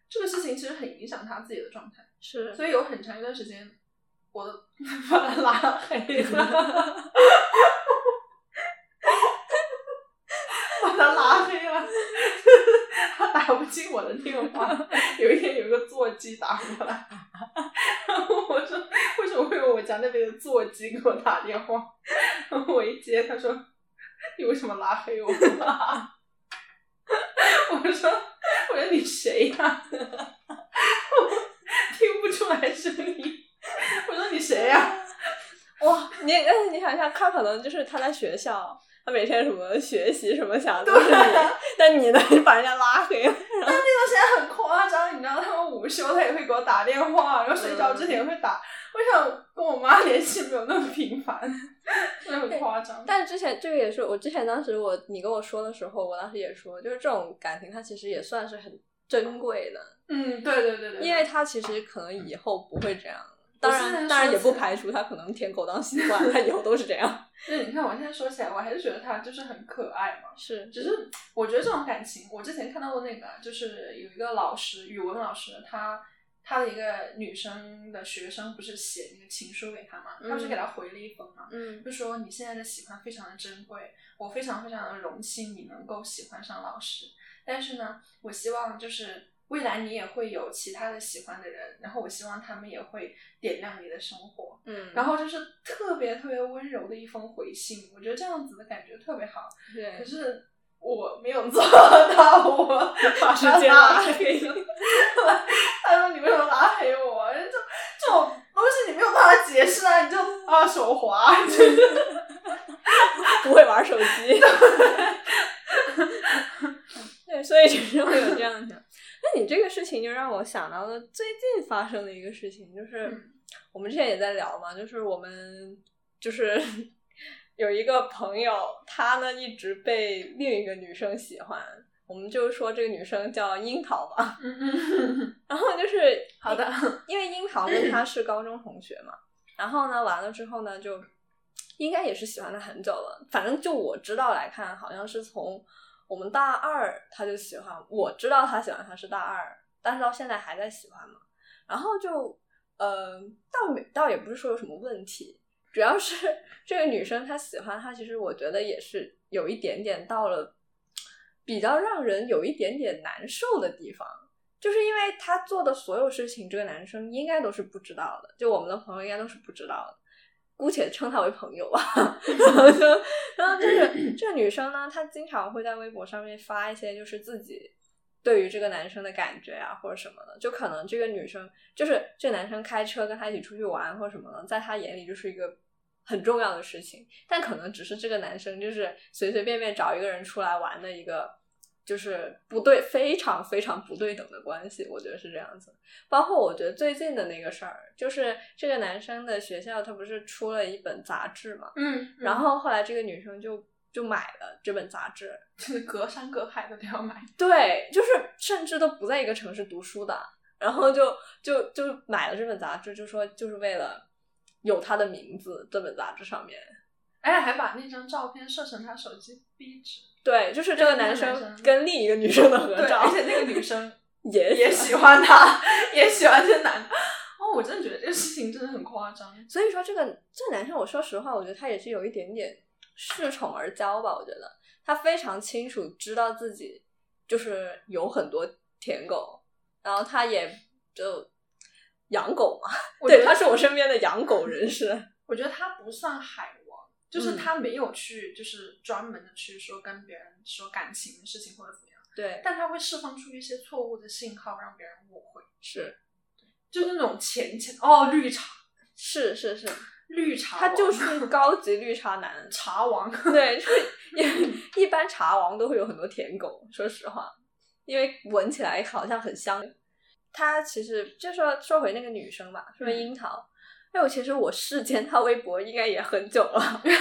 这个事情其实很影响他自己的状态。
是，
所以有很长一段时间，我的 把他拉黑了， 把他拉黑了。他打不进我的电话，有一天有一个座机打过来，然后我说为什么会有我家那边的座机给我打电话？然后我一接，他说你为什么拉黑我？ 我说我说你谁呀、 听不出来声音。 我说你谁啊呀、
哇，你 但是你想想，他可能就是他在学校，他每天什么学习什么想的都是你，但你呢，你把人家拉黑了，
那现在很夸张，你知道他们午休他也会给我打电话，然后睡觉之前也会打。我想跟我妈联系没有那么频繁， 真的很夸张。
但之前这个也是我之前当时我你跟我说的时候，我当时也说，就是这种感情它其实也算是很珍贵的，
嗯，对对对对，
因为它其实可能以后不会这样。
我
当
现在
然，当然
说
也
起来
不排除他可能舔狗当习惯，他以后都是这样。
就是你看我现在说起来，我还是觉得他就是很可爱嘛。
是，
只是我觉得这种感情，我之前看到过那个，就是有一个老师，语文老师，他他的一个女生的学生不是写那个情书给他嘛，他不是
嗯
给他回了一封嘛，
嗯
就说你现在的喜欢非常的珍贵，我非常非常的荣幸你能够喜欢上老师，但是呢，我希望就是未来你也会有其他的喜欢的人，然后我希望他们也会点亮你的生活，
嗯，
然后就是特别特别温柔的一封回信，我觉得这样子的感觉特别好。可
对，
是我没有做到， 我把
直
他
接
拉
拉
黑 了。他说：“你为什么拉黑我？就这种东西你没有办法解释啊！你就啊手滑，就是
不会玩手机。对，所以就是会有这样 想。那你这个事情就让我想到了最近发生的一个事情，就是
嗯
我们之前也在聊嘛，就是我们就是 有一个朋友，她呢一直被另一个女生喜欢，我们就说这个女生叫樱桃吧。然后就是
好的，
因为樱桃跟他是高中同学嘛，然后呢，完了之后呢，就应该也是喜欢他很久了。反正就我知道来看，好像是从我们大二他就喜欢，我知道他喜欢他是大二，但是到现在还在喜欢嘛。然后就呃，倒没倒也不是说有什么问题，主要是 这个女生她喜欢他，其实我觉得也是有一点点到了。比较让人有一点点难受的地方，就是因为他做的所有事情，这个男生应该都是不知道的，就我们的朋友应该都是不知道的，姑且称他为朋友吧。然后就，然后就是 这个女生呢，她经常会在微博上面发一些就是自己对于这个男生的感觉啊，或者什么的，就可能这个女生就是这个男生开车跟她一起出去玩或者什么的，在她眼里就是一个很重要的事情，但可能只是这个男生就是随随便便找一个人出来玩的一个。就是不对，非常非常不对等的关系，我觉得是这样子。包括我觉得最近的那个事儿，就是这个男生的学校，他不是出了一本杂志嘛，
嗯，
然后后来这个女生就就买了这本杂志，
就是隔山隔海的都要买，
对，就是甚至都不在一个城市读书的，然后就就就买了这本杂志，就说就是为了有他的名字，这本杂志上面。
哎，还把那张照片设成他手机壁纸，
对，就是这个
那个
男
男
生
生
跟另一个女生的合
对，
照
而，且那个女生
也
也喜欢他，也喜欢这男的。哦，我真的觉得这个事情真的很夸张。
所以说，这个这男生，我说实话，我觉得他也是有一点点恃宠而骄吧。我觉得他非常清楚知道自己就是有很多舔狗，然后他也就养狗嘛，
我觉
对，
得
他是我身边的养狗人士。
我觉得他不算海王，就是他没有去，就是专门的去说跟别人说感情的事情或者怎么样，
对，
但他会释放出一些错误的信号，让别人误会，
是
就是那种浅浅哦，绿茶，
是是是，
绿茶王，。
他就是高级绿茶男
茶王，
对，就是一一般茶王都会有很多舔狗，说实话，因为闻起来好像很香。他其实就说说回那个女生吧，说樱桃，因为我其实我视奸她微博应该也很久了，因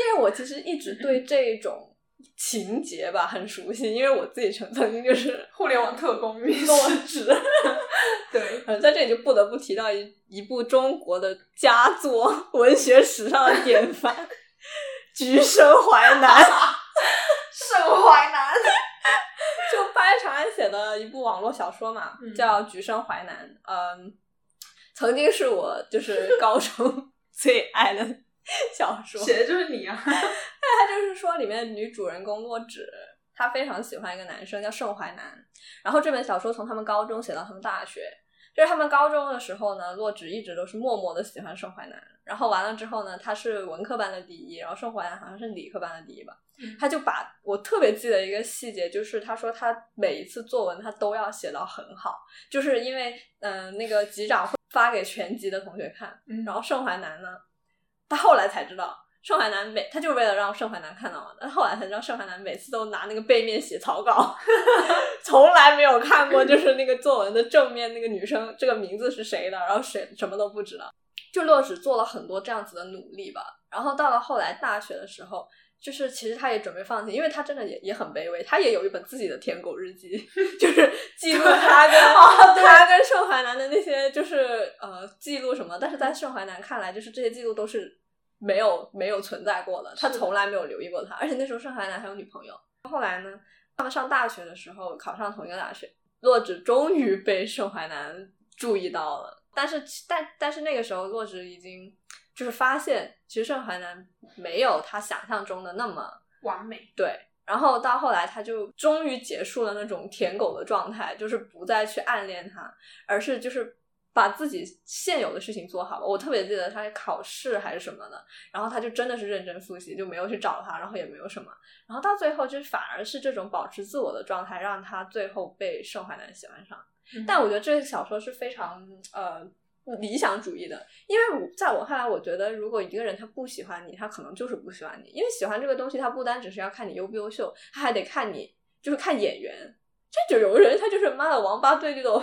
为我其实一直对这种情节吧很熟悉，因为我自己曾曾经就是
互联网特工密室，
落职。
对，
呃，在这里就不得不提到一一部中国的佳作，文学史上的典范， 《橘生淮南》。
沈淮南，
就潘长安写的一部网络小说嘛，
嗯
叫《橘生淮南》。嗯，曾经是我就是高中 最爱的小说。
写的就是你啊，
他就是说里面的女主人公洛枳，她非常喜欢一个男生叫盛淮南，然后这本小说从他们高中写到他们大学。就是他们高中的时候呢，洛枳一直都是默默的喜欢盛淮南，然后完了之后呢，他是文科班的第一，然后盛淮南好像是理科班的第一吧
嗯。
他就把我特别记得一个细节，就是他说他每一次作文他都要写到很好，就是因为嗯、呃那个级长会发给全级的同学看，
嗯
然后盛淮南呢，他后来才知道，盛淮南每他就是为了让盛淮南看到嘛，但后来才知道盛淮南每次都拿那个背面写草稿， 从来没有看过就是那个作文的正面那个女生这个名字是谁的，然后谁什么都不知道。就洛枳做了很多这样子的努力吧，然后到了后来大学的时候，就是其实他也准备放弃，因为他真的也也很卑微，他也有一本自己的舔狗日记， 就是记录他跟、他跟盛淮南的那些就是呃记录什么，但是在盛淮南看来，就是这些记录都是没有没有存在过的，他
是的
从来没有留意过他，而且那时候盛淮南还有女朋友。后来呢，他们上大学的时候考上同一个大学，洛枳终于被盛淮南注意到了，但是但但是那个时候洛枳已经就是发现，其实盛淮南没有他想象中的那么
完美，
对，然后到后来，他就终于结束了那种舔狗的状态，就是不再去暗恋他，而是就是把自己现有的事情做好了。我特别记得他考试还是什么的，然后他就真的是认真复习，就没有去找他，然后也没有什么。然后到最后，就是反而是这种保持自我的状态，让他最后被盛淮南喜欢上。
嗯
但我觉得这个小说是非常呃理想主义的，因为我在我看来，我觉得如果一个人他不喜欢你，他可能就是不喜欢你，因为喜欢这个东西，他不单只是要看你优不优秀，他还得看你就是看眼缘。这就有人他就是妈的王八对绿 豆，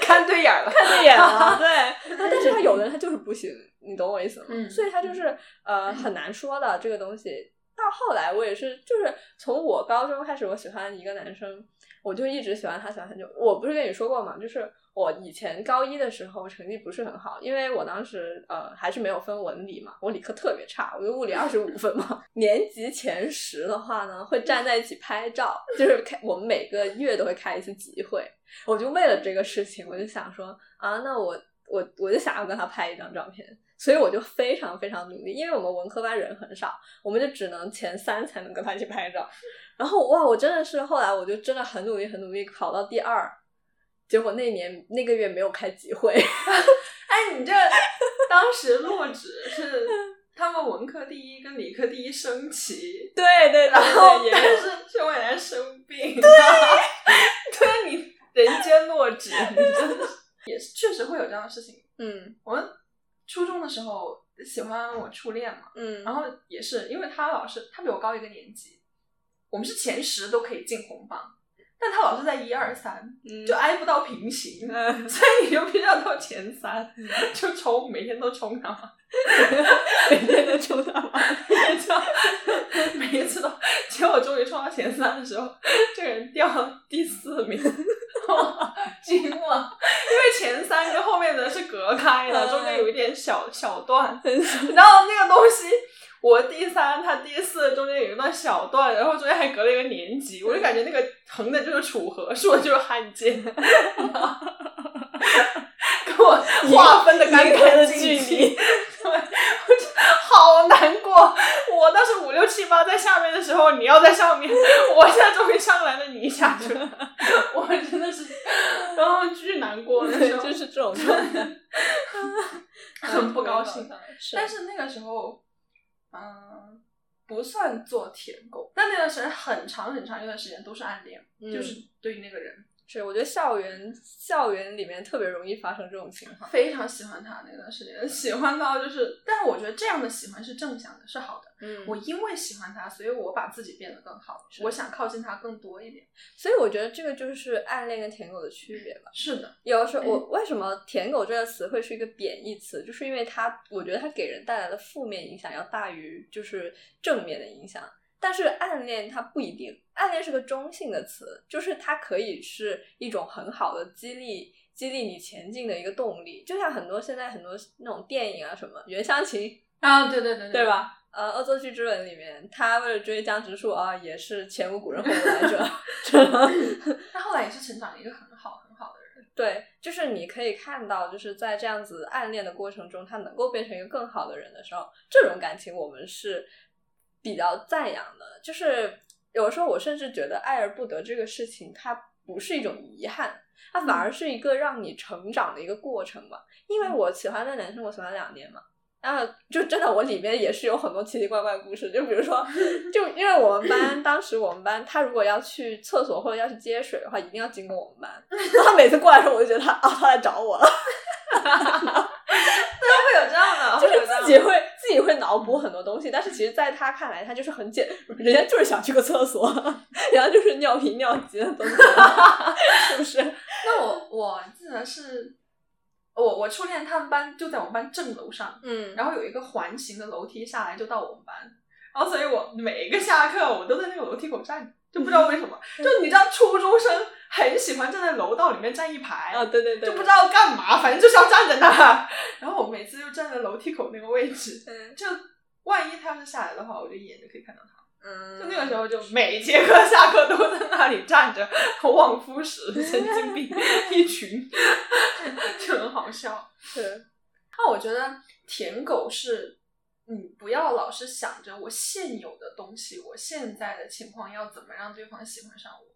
看对眼了，
看对 眼了，对。那但是他有的人他就是不行，你懂我意思吗？
嗯
所以他就是呃很难说的这个东西。到后来我也是，就是从我高中开始，我喜欢一个男生，我就一直喜欢他，喜欢很久。我不是跟你说过吗？就是我以前高一的时候成绩不是很好，因为我当时呃还是没有分文理嘛，我理科特别差，我就物理二十五分嘛。 年级前十的话呢，会站在一起拍照，就是开我们每个月都会开一次集会，我就为了这个事情，我就想说啊，那我我我就想要跟他拍一张照片，所以我就非常非常努力，因为我们文科班人很少，我们就只能前三才能跟他一起拍照。然后哇，我真的是后来我就真的很努力，很努力考到第二，结果那年那个月没有开集会，
哎， 你这当时落纸是他们文科第一跟理科第一升旗，
对对，
然后
也
但
有
是是未来生病，对， 对你人间落纸，你真的是也是确实会有这样的事情。
嗯
我们初中的时候喜欢我初恋嘛，
嗯，
然后也是因为他老师他比我高一个年级，我们是前十都可以进红榜，但他老是在一二三，
嗯
就挨不到平行，
嗯
所以你就必须要到前三，就冲，每天都冲他嘛，
每天都抽到吗？
就每一次都，结果终于冲到前三的时候，这个人掉到第四名，惊了，因为前三跟后面的是隔开的，
嗯
中间有一点小小段，然后那个东西，我第三，他第四，中间有一段小段，然后中间还隔了一个年级，我就感觉那个横的就是楚河，竖的就是汉奸，跟我划分的干
离开
干
了
净
距
净。
离
对，我就好难过。我当时五六七八在下面的时候，你要在上面，我现在终于上来了，你下去了， 我真的是，然后巨难过那 时候，
就是这种状态，嗯
很不高兴。
是
但是那个时候，嗯、不算做舔狗，但那段时间很长很长一段时间都是暗恋，
嗯
就是对那个人
是，我觉得校园校园里面特别容易发生这种情况。
非常喜欢他那段时间，喜欢到就是，但是我觉得这样的喜欢是正向的，是好的。
嗯
我因为喜欢他，所以我把自己变得更好，
是
我想靠近他更多一点。
所以我觉得这个就是暗恋跟舔狗的区别吧。
是的，
有时候我为什么“舔狗”这个词会是一个贬义词，就是因为它，我觉得它给人带来的负面影响要大于就是正面的影响。但是暗恋它不一定，暗恋是个中性的词，就是它可以是一种很好的激励。激励你前进的一个动力，就像很多现在很多那种电影啊，什么《原乡情》，
啊，对对对对
对？吧？呃，《恶作剧之吻》里面，他为了追江直树啊，也是前无古人后无来者。
他后来也是成长了一个很好很好的人。
对，就是你可以看到，就是在这样子暗恋的过程中，他能够变成一个更好的人的时候，这种感情我们是比较赞扬的。就是有时候我甚至觉得爱而不得这个事情，它不是一种遗憾，它反而是一个让你成长的一个过程吧。因为我喜欢的男生，我喜欢两年嘛。然后就真的，我里面也是有很多奇奇怪怪的故事。就比如说，就因为我们班当时我们班他如果要去厕所或者要去接水的话，一定要经过我们班。然后他每次过来的时候，我就觉得他啊，他来找我了，
会有这样的，
就
会有
是
这样的
自己啊会自己会脑补很多东西。但是其实，在他看来，他就是很简，人家就是想去个厕所， 然后就是尿频尿急的东西，是不是？
那我我记得是，我我初恋他们班就在我们班正楼上，
嗯
然后有一个环形的楼梯下来就到我们班，然后所以我每一个下课我都在那个楼梯口站着，就不知道为什么，
嗯
就你知道初中生很喜欢站在楼道里面站一排。
啊，对对对，
就不知道干嘛，反正就是要站在那儿。然后我每次就站在楼梯口那个位置，
嗯
就万一他要是下来的话，我就一眼就可以看到他。
嗯，
就那个时候，就每节课下课都在那里站着，望夫石，神经病一群， 就很好笑。
是
那我觉得舔狗是，你不要老是想着我现有的东西，我现在的情况要怎么让对方喜欢上我，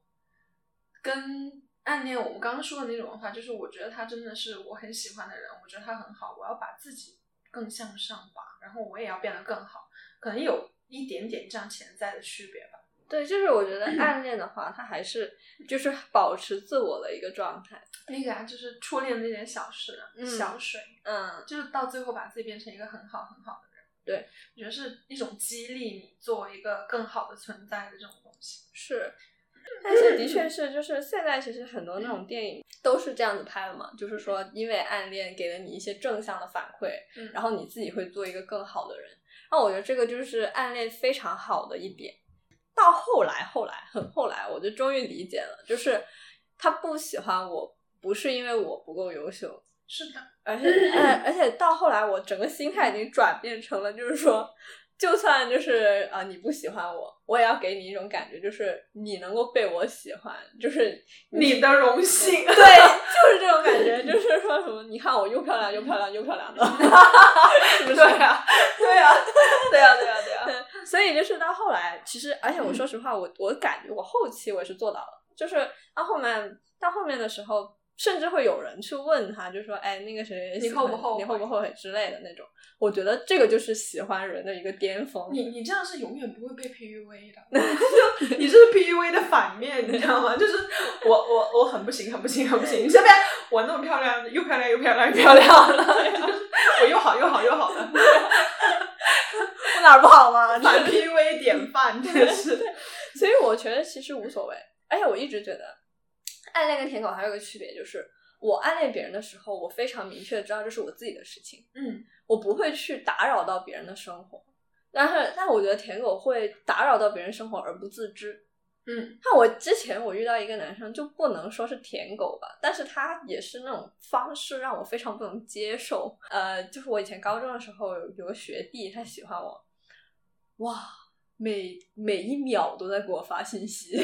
跟。暗恋我们刚刚说的那种的话，就是我觉得他真的是我很喜欢的人，我觉得他很好，我要把自己更向上吧，然后我也要变得更好，可能有一点点这样潜在的区别吧。
对，就是我觉得暗恋的话，它还是就是保持自我的一个状态。
那个啊，就是初恋那点小事、啊
嗯
小水，
嗯，
就是到最后把自己变成一个很好很好的人。
对，
我觉得是一种激励你作为一个更好的存在的这种东西。
是。但是的确是，就是现在其实很多那种电影都是这样子拍的嘛，就是说因为暗恋给了你一些正向的反馈，
嗯
然后你自己会做一个更好的人。那我觉得这个就是暗恋非常好的一点。到后来，后来很后来，我就终于理解了，就是他不喜欢我，不是因为我不够优秀，
是的，
而且，呃，而且到后来，我整个心态已经转变成了，就是说，就算就是啊、呃你不喜欢我，我也要给你一种感觉，就是你能够被我喜欢，就是
你的荣幸。
对，就是这种感觉，就是说什么你你看我又漂亮又漂亮又漂 亮的，是不是？
对呀，对呀，对呀，对呀，对啊嗯呀。
所以就是到后来，其实而且我说实话，我我感觉我后期我也是做到了，就是到后面到后面的时候，甚至会有人去问他，就说哎那个谁谁谁
你
喜欢
后不后悔
你后不后悔之类的那种。我觉得这个就是喜欢人的一个巅峰。
你你这样是永远不会被 PUA 的， 就你这是 PUA 的反面，你知道吗？就是我我我很不行，很不行，很不行。你这边我那么漂亮，又漂亮又漂亮又漂亮了， 就是我又好又好又好了，
我哪儿不好 吗？
反 PUA 典范，真的是。
所以我觉得其实无所谓。而且我一直觉得，暗恋跟舔狗还有个区别就是，我暗恋别人的时候，我非常明确的知道这是我自己的事情，
嗯，
我不会去打扰到别人的生活。但是，但我觉得舔狗会打扰到别人生活而不自知。
嗯，
那我之前我遇到一个男生，就不能说是舔狗吧，但是他也是那种方式让我非常不能接受。呃，就是我以前高中的时候有有个学弟，他喜欢我，哇，每每一秒都在给我发信息，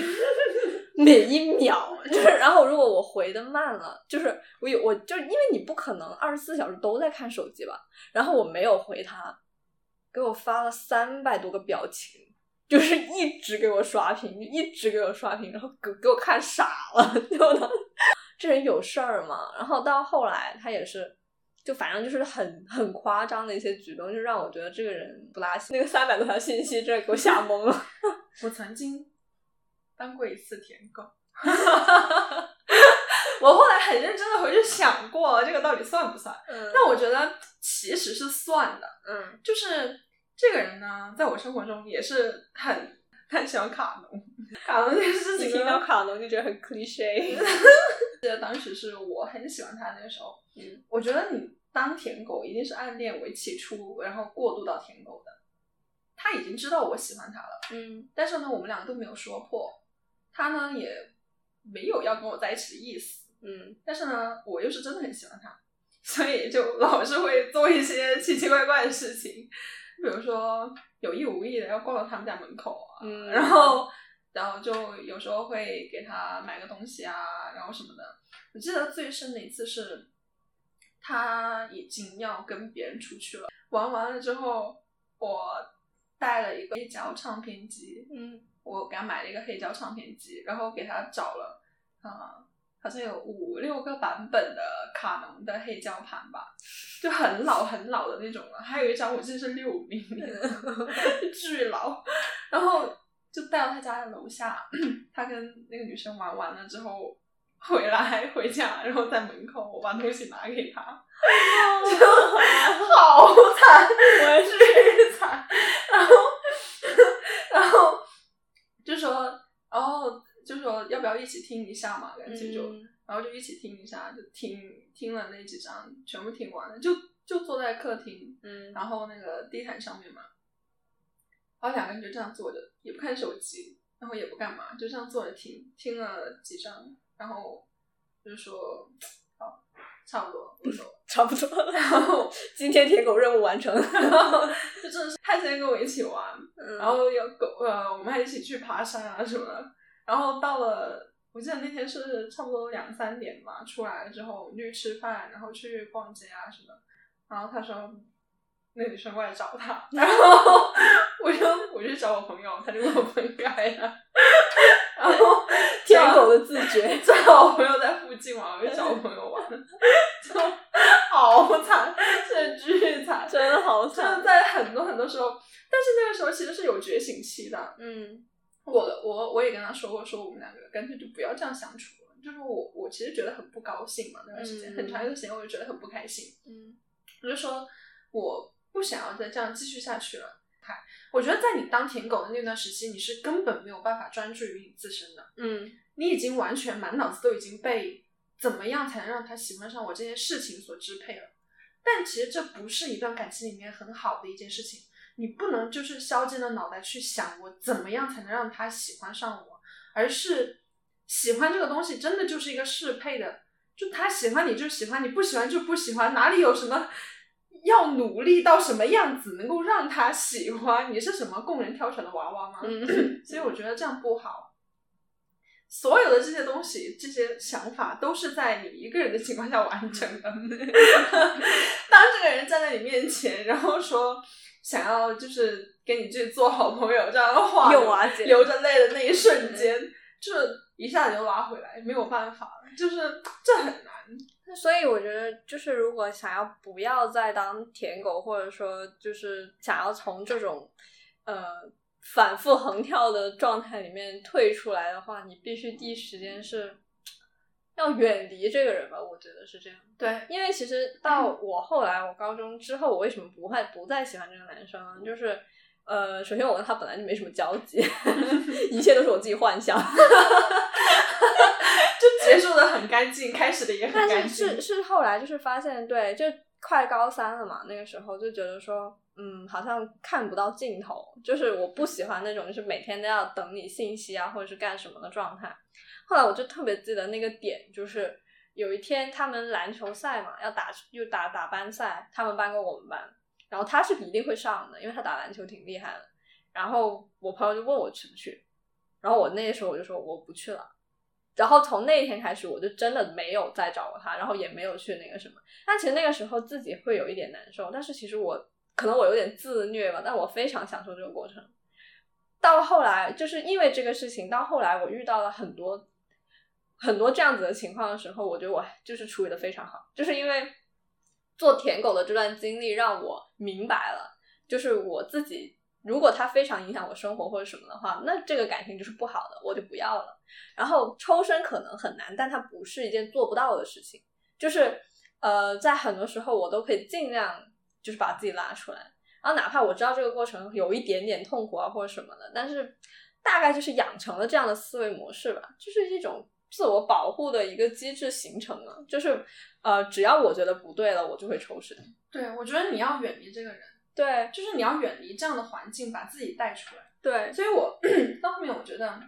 每一秒就是，然后如果我回的慢了，就是我有我就是因为你不可能二十四小时都在看手机吧，然后我没有回他，给我发了三百多个表情。就是一直给我刷屏，一直给我刷屏，然后给给我看傻了， 就呢，这人有事儿吗？然后到后来他也是，就反正就是很很夸张的一些举动，就让我觉得这个人不拉稀。那个三百多条信息，真的给我吓懵 了。
我曾经当过一次舔狗， 我后来很认真的回去想过这个到底算不算，
嗯
但我觉得其实是算的。
嗯，
就是这个人呢，在我生活中也是很很喜欢卡农，卡农这个事
你
情
听到
呢，
卡农就觉得 很 cliche。
我很喜欢他那个时候，
嗯
我觉得你当舔狗一定是暗恋为起初，然后过渡到舔狗的。他已经知道我喜欢他了，
嗯
但是呢，我们两个都没有说破，他呢也没有要跟我在一起的意思。
嗯
但是呢，我又是真的很喜欢他，所以就老是会做一些奇奇怪怪的事情，比如说有意无意的要逛到他们家门口啊，
嗯
然后然后就有时候会给他买个东西啊，然后什么的。我记得最深的一次是，他已经要跟别人出去了，玩完了之后，我带了一个黑胶唱片机，
嗯
我给他买了一个黑胶唱片机，然后给他找了啊、好像有五六个版本的卡农的黑胶盘吧，就很老很老的那种了。还有一张我记得是六零年 的，巨老。然后就带到他家的楼下，他跟那个女生玩完了之后回来回家，然后在门口我把东西拿给他， 好惨，
我也是
巨惨。然后，然后就说，哦，就说要不要一起听一下嘛？干脆就，
嗯
然后就一起听一下，就听听了那几张，全部听完了，就就坐在客厅，
嗯
然后那个地毯上面嘛，然后两个人就这样坐着，也不看手机，然后也不干嘛，就这样坐着听，听了几张，然后就说，好，差不多， 我走了。
差不多了。
然后
今天舔狗任务完成。
他先跟我一起玩，然
然
后有狗呃，我们还一起去爬山啊什么的。然后到了，我记得那天是差不多两三点吧，出来了之后我们就去吃饭，然后去逛街啊什么的。然后他说那女生过来找他，然后我就我去找我朋友，他就跟我分开了。然后
舔狗的自觉。
正好我朋友在附近嘛，我就找我朋友玩， 就好惨，这巨惨，
真的好
真的
惨。
在很多很多时候，但是那个时候其实是有觉醒期的。
嗯
我我我也跟他说过，说我们两个干脆就不要这样相处了。就是我我其实觉得很不高兴嘛，那段时间、
嗯
很长一段时间，我就觉得很不开心。
嗯
我就说我不想要再这样继续下去了。我觉得在你当舔狗的那段时期，你是根本没有办法专注于你自身的，
嗯
你已经完全满脑子都已经被怎么样才能让他喜欢上我这件事情所支配了。但其实这不是一段感情里面很好的一件事情，你不能就是削尖了脑袋去想我怎么样才能让他喜欢上我，而是喜欢这个东西真的就是一个适配的，就他喜欢你就喜欢你，不喜欢就不喜欢，哪里有什么要努力到什么样子能够让他喜欢？你是什么供人挑选的娃娃吗？
嗯
所以我觉得这样不好。所有的这些东西、这些想法都是在你一个人的情况下完成的。当这个人站在你面前，然后说想要就是跟你去做好朋友这样的话，
又瓦解，
流着泪的那一瞬间，这一下子就拉回来，没有办法了，就是这很难。
那所以我觉得，就是如果想要不要再当舔狗，或者说就是想要从这种呃反复横跳的状态里面退出来的话，你必须第一时间是要远离这个人吧？我觉得是这样。
对，
因为其实到我后来，我高中之后，我为什么不会不再喜欢这个男生呢？就是，呃，首先我跟他本来就没什么交集， 一切都是我自己幻想。
就结束的很干净，开始的也很干
但是
净。
是是后来就是发现，对，就快高三了嘛，那个时候就觉得说，嗯，好像看不到尽头，就是我不喜欢那种就是每天都要等你信息啊，或者是干什么的状态。后来我就特别记得那个点，就是有一天他们篮球赛嘛，要打又打打班赛，他们班跟我们班，然后他是一定会上的，因为他打篮球挺厉害的。然后我朋友就问我去不去，然后我那时候我就说我不去了。然后从那一天开始，我就真的没有再找过他，然后也没有去那个什么。但其实那个时候自己会有一点难受，但是其实我可能我有点自虐吧，但我非常享受这个过程。到后来，就是因为这个事情，到后来我遇到了很多很多这样子的情况的时候，我觉得我就是处理的非常好，就是因为做舔狗的这段经历让我明白了，就是我自己如果它非常影响我生活或者什么的话，那这个感情就是不好的，我就不要了。然后抽身可能很难，但它不是一件做不到的事情。就是呃，在很多时候我都可以尽量就是把自己拉出来，然后哪怕我知道这个过程有一点点痛苦啊或者什么的，但是大概就是养成了这样的思维模式吧，就是一种自我保护的一个机制形成了。就是呃，只要我觉得不对了，我就会抽身。
对，我觉得你要远离这个人，
对
就是你要远离这样的环境，把自己带出来。
对
所以我 到后面我觉得，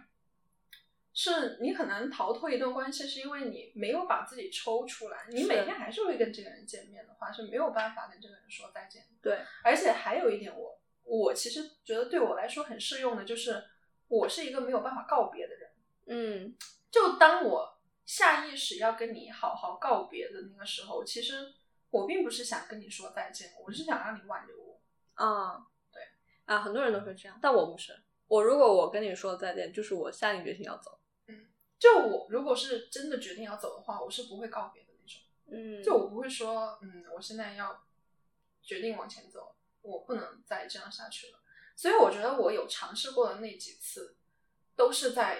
是你很难逃脱一段关系，是因为你没有把自己抽出来。你
是
每天还是会跟这个人见面的话，是没有办法跟这个人说再见的。
对，
而且还有一点我，我其实觉得对我来说很适用的就是，我是一个没有办法告别的人。
嗯
就当我下意识要跟你好好告别的那个时候，其实我并不是想跟你说再见，我是想让你挽留我。
啊，
对
啊，很多人都会这样，但我不是。我如果我跟你说再见，就是我下定决心要走。
就我如果是真的决定要走的话，我是不会告别的那种。
嗯
就我不会说，嗯，我现在要决定往前走，我不能再这样下去了。所以我觉得我有尝试过的那几次，都是在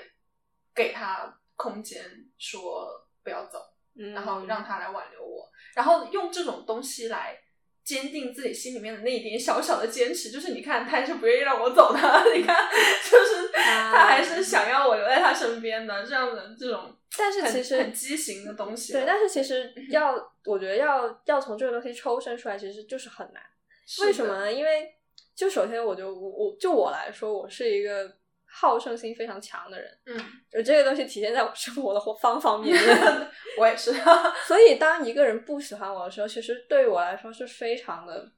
给他空间，说不要走，
嗯
然后让他来挽留我，然后用这种东西来。坚定自己心里面的那一点小小的坚持，就是你看，他还是不愿意让我走的， 你看，就是
啊
他还是想要我留在他身边的，这样的这种
但是
很，
其实
很畸形的东西吧。
对，但是其实
嗯
要，我觉得要要从这个东西抽身出来，其实就是很难。
是
为什
的
么？呢？因为就首先，我就我我就我来说，我是一个好胜心非常强的人，
嗯，
而这个东西体现在我生活的方方面 面。
我也是，
所以，当一个人不喜欢我的时候，其实对我来说是非常的，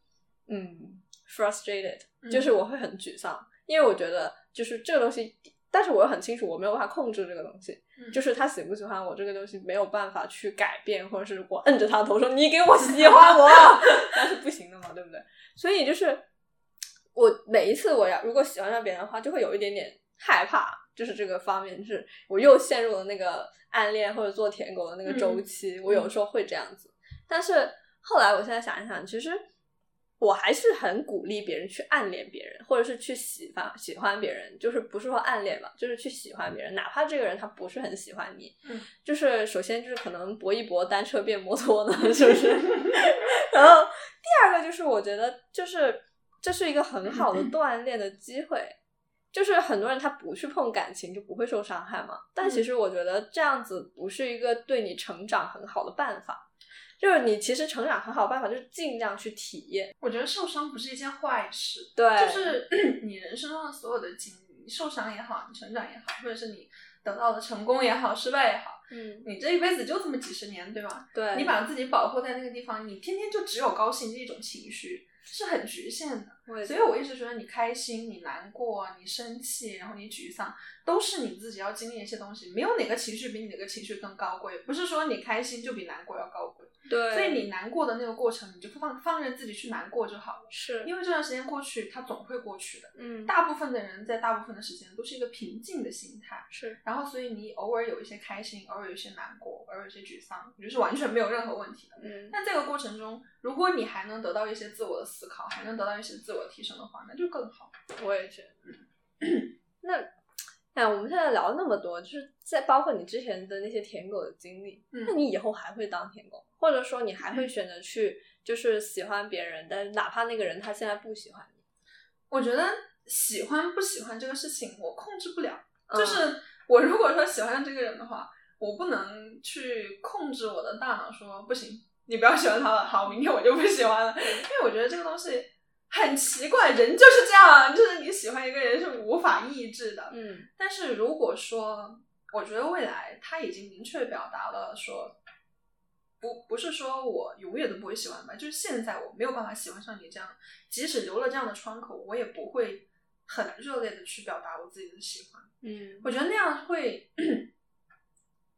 嗯，frustrated，就是
嗯
我会很沮丧，因为我觉得就是这个东西，但是我又很清楚我没有办法控制这个东西，
嗯
就是他喜不喜欢我这个东西没有办法去改变，或者是我摁着他的头说你给我喜欢我， 那是不行的嘛，对不对？所以就是我每一次我要如果喜欢上别人的话，就会有一点点害怕。就是这个方面，就是我又陷入了那个暗恋或者做舔狗的那个周期，我有时候会这样子。但是后来我现在想一想，其实我还是很鼓励别人去暗恋别人，或者是去喜欢喜欢别人，就是不是说暗恋吧，就是去喜欢别人，哪怕这个人他不是很喜欢你，
嗯
就是首先就是可能搏一搏，单车变摩托呢， 是不是？然后第二个就是我觉得就是这是一个很好的锻炼的机会。就是很多人他不去碰感情就不会受伤害嘛，但
嗯
其实我觉得这样子不是一个对你成长很好的办法。就是你其实成长很好的办法就是尽量去体验，
我觉得受伤不是一件坏事，
对，
就是 你人生中的所有的经历，你受伤也好，你成长也好，或者是你得到的成功也好、失败也好，
嗯，
你这一辈子就这么几十年，对吧？
对，
你把自己保护在那个地方，你天天就只有高兴这一种情绪，是很局限的。
我也
所以我一直觉得，你开心、你难过、你生气，然后你沮丧，都是你自己要经历的一些东西。没有哪个情绪比你哪个情绪更高贵，不是说你开心就比难过要高贵。
对，
所以你难过的那个过程，你就放放任自己去难过就好了，
是
因为这段时间过去，它总会过去的。
嗯
大部分的人在大部分的时间都是一个平静的心态。
是
然后所以你偶尔有一些开心，偶尔有一些难过，偶尔有一些沮丧，我觉得是完全没有任何问题的。
嗯
但这个过程中，如果你还能得到一些自我的思考，还能得到一些自我提升的话，那就更好。
我也觉得。 那，哎，我们现在聊了那么多，就是在包括你之前的那些舔狗的经历，
嗯
那你以后还会当舔狗，或者说你还会选 择去就是喜欢别人，但是哪怕那个人他现在不喜欢你，
我觉得喜欢不喜欢这个事情，我控制不了。
嗯
就是我如果说喜欢上这个人的话，我不能去控制我的大脑说不行，你不要喜欢他了，好，明天我就不喜欢了，因为我觉得这个东西很奇怪，人就是这样，啊就是你喜欢一个人是无法抑制的。
嗯
但是如果说，我觉得未来他已经明确表达了说，不不是说我永远都不会喜欢吧，就是现在我没有办法喜欢上你这样，即使留了这样的窗口，我也不会很热烈的去表达我自己的喜欢。
嗯
我觉得那样会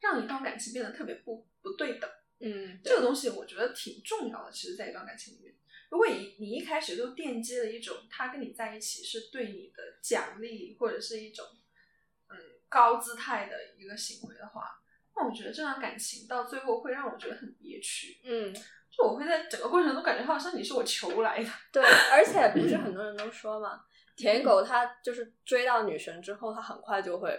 让一段感情变得特别不不对等。
嗯，
这个东西我觉得挺重要的，其实，在一段感情里面，如果你你一开始就奠基了一种他跟你在一起是对你的奖励，或者是一种嗯高姿态的一个行为的话，那我觉得这段感情到最后会让我觉得很憋屈，
嗯
就我会在整个过程中感觉好像你是我求来的，
对，而且不是很多人都说
嗯
嘛，舔狗他就是追到女神之后，他很快就会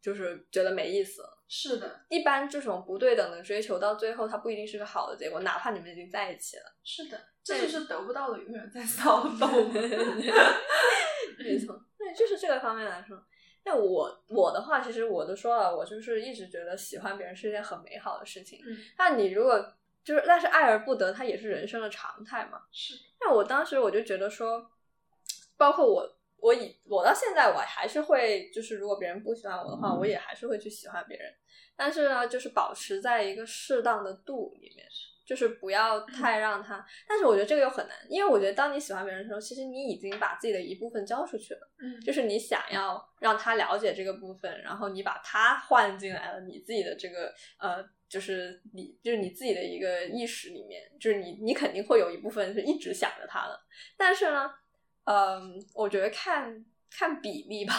就是觉得没意思了。
是的，
一般这种不对等的追求，到最后它不一定是个好的结果，哪怕你们已经在一起了。
是的，
对
这就是得不到的永远在骚动，
没错，对，就是这个方面来说。那我我的话，其实我都说了，我就是一直觉得喜欢别人是一件很美好的事情。
嗯，
那你如果就是，但是爱而不得，它也是人生的常态嘛。
是的，
那我当时我就觉得说，包括我，我以我到现在我还是会，就是如果别人不喜欢我的话，我也还是会去喜欢别人。但是呢，就是保持在一个适当的度里面，就是不要太让他。但是我觉得这个又很难，因为我觉得当你喜欢别人的时候，其实你已经把自己的一部分交出去了，
嗯，
就是你想要让他了解这个部分，然后你把他换进来了你自己的这个呃。就是你，就是你自己的一个意识里面，就是你，你肯定会有一部分是一直想着他的，但是呢，嗯，我觉得看看比例吧，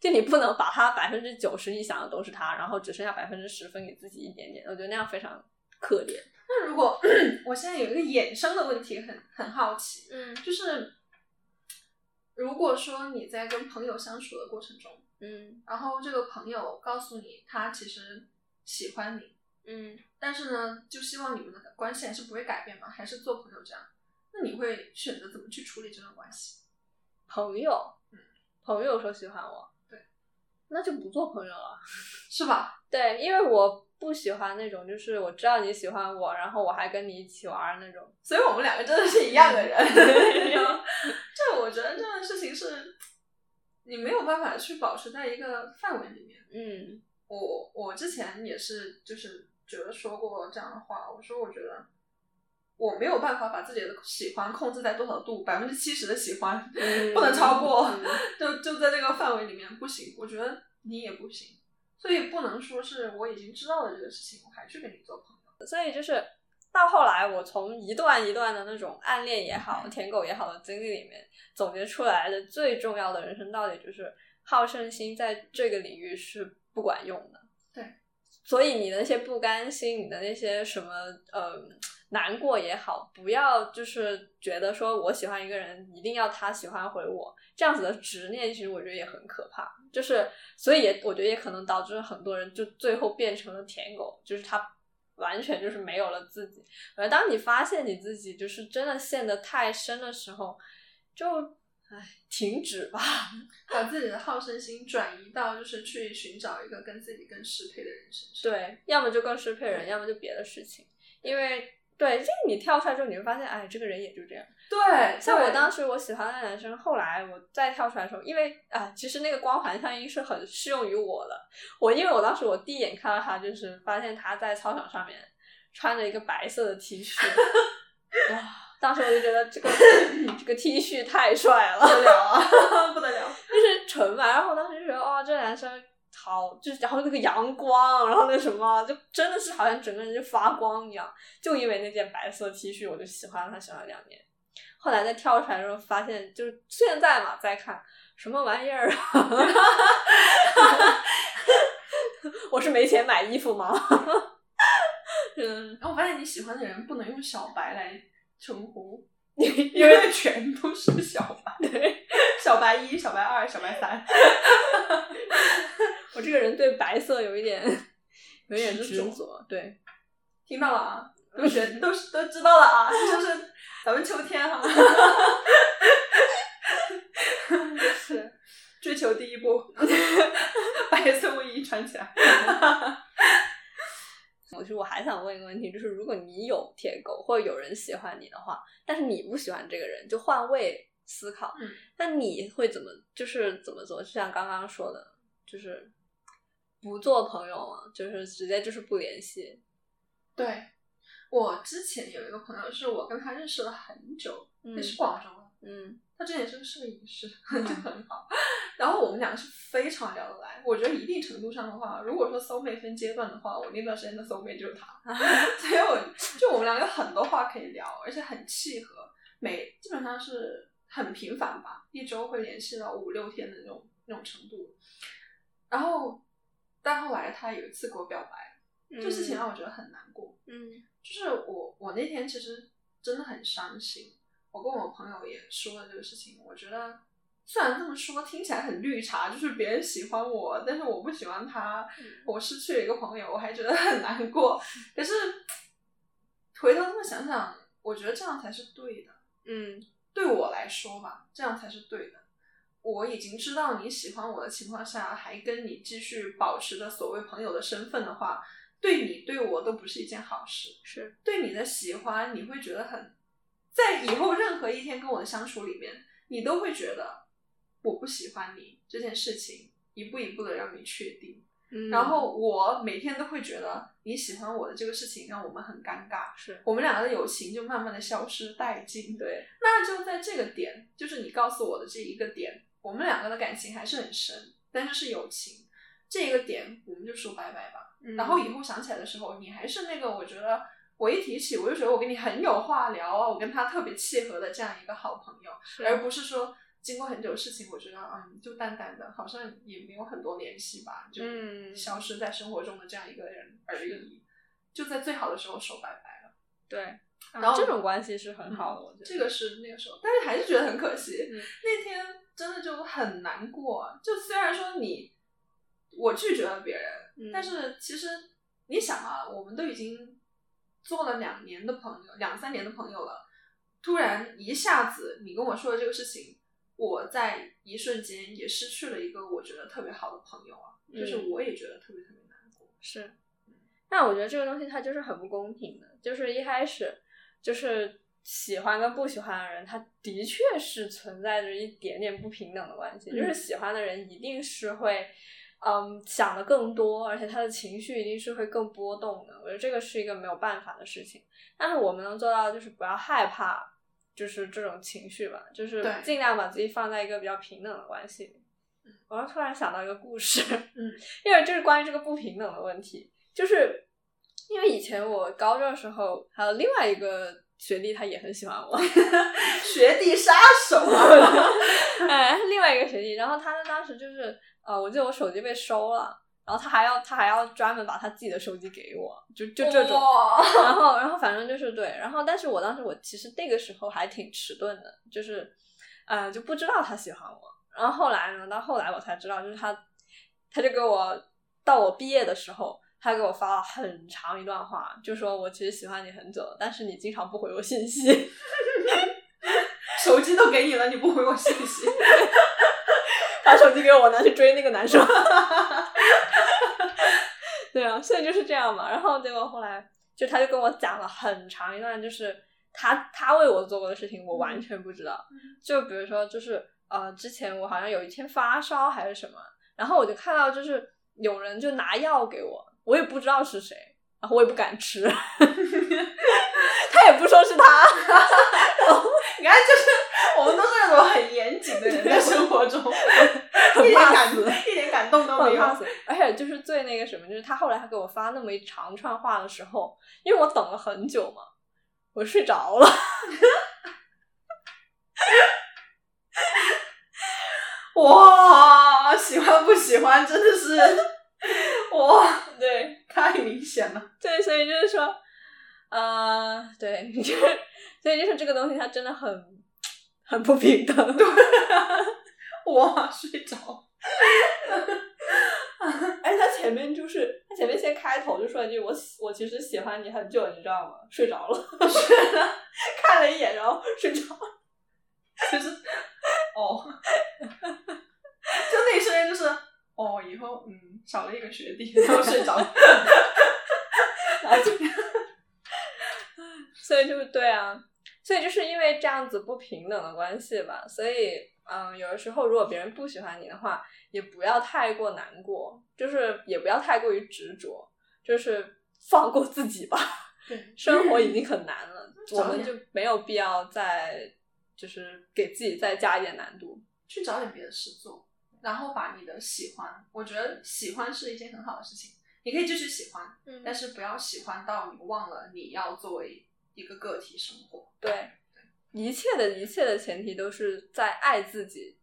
就你不能把他百分之九十你想的都是他，然后只剩下百分之十分给自己一点点，我觉得那样非常可怜。
那如果 我现在有一个衍生的问题很，很好奇，
嗯
就是如果说你在跟朋友相处的过程中，
嗯
然后这个朋友告诉你他其实喜欢你，
嗯，
但是呢，就希望你们的关系还是不会改变嘛，还是做朋友这样，那你会选择怎么去处理这段关系？
朋友
嗯，
朋友说喜欢我，
对，
那就不做朋友了。
是吧？
对，因为我不喜欢那种，就是我知道你喜欢我，然后我还跟你一起玩儿那种。
所以我们两个真的是一样的人。 这我觉得这件事情是，你没有办法去保持在一个范围里面。
嗯
我我之前也是就是觉得说过这样的话，我说我觉得我没有办法把自己的喜欢控制在多少度，百分之七十的喜欢
嗯
不能超过，
嗯
就就在这个范围里面不行，我觉得你也不行，所以不能说是我已经知道了这个事情，我还去跟你做朋友。
到后来，我从一段一段的那种暗恋也好、舔狗也好的经历里面总结出来的最重要的人生道理就是，好胜心在这个领域是不管用的。
对，
所以你的那些不甘心，你的那些什么呃难过也好，不要就是觉得说我喜欢一个人，一定要他喜欢回我，这样子的执念，其实我觉得也很可怕。就是，所以也我觉得也可能导致很多人就最后变成了舔狗，就是他完全就是没有了自己。而当你发现你自己就是真的陷得太深的时候，就唉停止吧。
把自己的好胜心转移到就是去寻找一个跟自己更适配的人身上。
对，要么就更适配人，要么就别的事情。因为对，这你跳出来之后，你会发现，哎，这个人也就这样。
对，
像我
对
当时我喜欢的男生，后来我再跳出来的时候，因为啊、其实那个光环效应是很适用于我的。我因为我当时我第一眼看到他，就是发现他在操场上面穿着一个白色的 T 恤，哇！当时我就觉得这个 这个 T 恤太帅了，
不得了啊， 不得了。
就是纯白。然后我当时就觉得，哦哇、这男生好，就是然后那个阳光，然后那什么，就真的是好像整个人就发光一样。就因为那件白色 T 恤，我就喜欢他，喜欢了两年。后来再跳出来的时候，发现就是现在嘛，再看什么玩意儿啊！ 我是没钱买衣服吗？ 嗯，
然后我发现你喜欢的人不能用小白来称呼，因
因为
为全都是小 白，
对
小白一、小白二、小白三，
我这个人对白色有一点有一点
执着
执着，对。
听到了啊，都学都是都知道了啊，这就是咱们秋天哈、
是，
追求第一 步，白色卫衣穿起来。
我就我还想问一个问题，就是如果你有舔狗或者有人喜欢你的话，但是你不喜欢这个人，就换位思考，
嗯
那你会怎么就是怎么做？就像刚刚说的，就是不做朋友嘛，就是直接就是不联系。
对，我之前有一个朋友，是我跟他认识了很久，
嗯
也是广州的，
嗯
他之前是个摄影师， 就很好。然后我们两个是非常聊得来，我觉得一定程度上的话，如果说搜妹分阶段的话，我那段时间的搜妹就是他，所以我就我们两个有很多话可以聊，而且很契合，每基本上是很频繁吧，一周会联系到五六天的那种那种程度。然后，但后来他有一次给我表白，这事情让我觉得很难过。
嗯
就是我我那天其实真的很伤心，我跟我朋友也说了这个事情，我觉得。虽然这么说听起来很绿茶，就是别人喜欢我，但是我不喜欢他，我失去了一个朋友，我还觉得很难过。可是回头这么想想，我觉得这样才是对的。
嗯
对我来说吧，这样才是对的。我已经知道你喜欢我的情况下，还跟你继续保持着所谓朋友的身份的话，对你对我都不是一件好事。
是
对你的喜欢，你会觉得很，在以后任何一天跟我的相处里面，你都会觉得我不喜欢你这件事情，一步一步的让你确定。
嗯
然后我每天都会觉得你喜欢我的这个事情让我们很尴尬，
是
我们两个的友情就慢慢的消失殆尽。
对
那就在这个点，就是你告诉我的这一个点，我们两个的感情还是很深，但是是友情。这一个点，我们就说拜拜吧。
嗯
然后以后想起来的时候，你还是那个，我觉得我一提起，我就觉得我跟你很有话聊啊，我跟他特别契合的这样一个好朋友，而不是说经过很久的事情，我觉得嗯，就淡淡的，好像也没有很多联系吧，就
嗯
消失在生活中的这样一个人而已，就在最好的时候说拜拜了。
对，
然后嗯
这种关系是很好的，我觉得
这个是那个时候，但是还是觉得很可惜。
嗯
那天真的就很难过，啊就虽然说你我拒绝了别人，
嗯
但是其实你想啊，我们都已经做了两年的朋友，两三年的朋友了，突然一下子你跟我说的这个事情，我在一瞬间也失去了一个我觉得特别好的朋友啊，
嗯
就是我也觉得特别特别难过。
是，但我觉得这个东西它就是很不公平的，就是一开始就是喜欢跟不喜欢的人，他的确是存在着一点点不平等的关系，
嗯
就是喜欢的人一定是会。嗯，想的更多，而且他的情绪一定是会更波动的。我觉得这个是一个没有办法的事情，但是我们能做到的就是不要害怕，就是这种情绪吧，就是
对
尽量把自己放在一个比较平等的关系里。我突然想到一个故事，
嗯，
因为就是关于这个不平等的问题，就是因为以前我高中的时候，还有另外一个学弟，他也很喜欢我，
学弟杀手啊！
哎，另外一个学弟，然后他当时就是，呃，我记得我手机被收了，然后他还要他还要专门把他自己的手机给我，就 就这种，
哇
然后 然后反正就是对，然后但是我当时我其实那个时候还挺迟钝的，就是，呃，就不知道他喜欢我。然后后来呢，到后来我才知道，就是他，他就给我到我毕业的时候，他给我发了很长一段话，就说我其实喜欢你很久了，但是你经常不回我信息。
手机都给你了，你不回我信息，
把手机给我拿去追那个男生。 对啊，所以就是这样嘛。然后结果后来就他就跟我讲了很长一段，就是他他为我做过的事情，我完全不知道。就比如说，就是呃，之前我好像有一天发烧还是什么，然后我就看到就是有人就拿药给我，我也不知道是谁，然后我也不敢吃， 他也不说是他，
你看，就是我们都是那种很严谨的人，在生活中一
很
点
怕
感
死。
一点感动都没
很怕
有。
死，而且就是最那个什么，就是他后来他给我发那么一长串话的时候，因为我等了很久嘛，我睡着了。
哇，喜欢不喜欢真的 是，哇，
对，
太明显了。
对，所以就是说，呃，对， 就是，所以就是这个东西它真的很很不平等，啊
哇，睡着。
而且它前面就是它前面先开头就说一句我喜我其实喜欢你很久，你知道吗？睡着了， 看了一眼，然后睡着了，
就是哦， 就那一瞬间就是哦，以后嗯少了一个学 弟，然后睡着了。
然后就，所以就是对啊，所以就是因为这样子不平等的关系吧，所以。嗯，有的时候如果别人不喜欢你的话，也不要太过难过，就是也不要太过于执着，就是放过自己吧。
对，
生活已经很难了，
找
我
嗯点
们就没有必要再就是给自己再加一点难度。
去找点别的事做，然后把你的喜欢，我觉得喜欢是一件很好的事情，你可以继续喜欢，
嗯
但是不要喜欢到你忘了你要作为一个个体生活。
对，一切的一切的前提都是在爱自己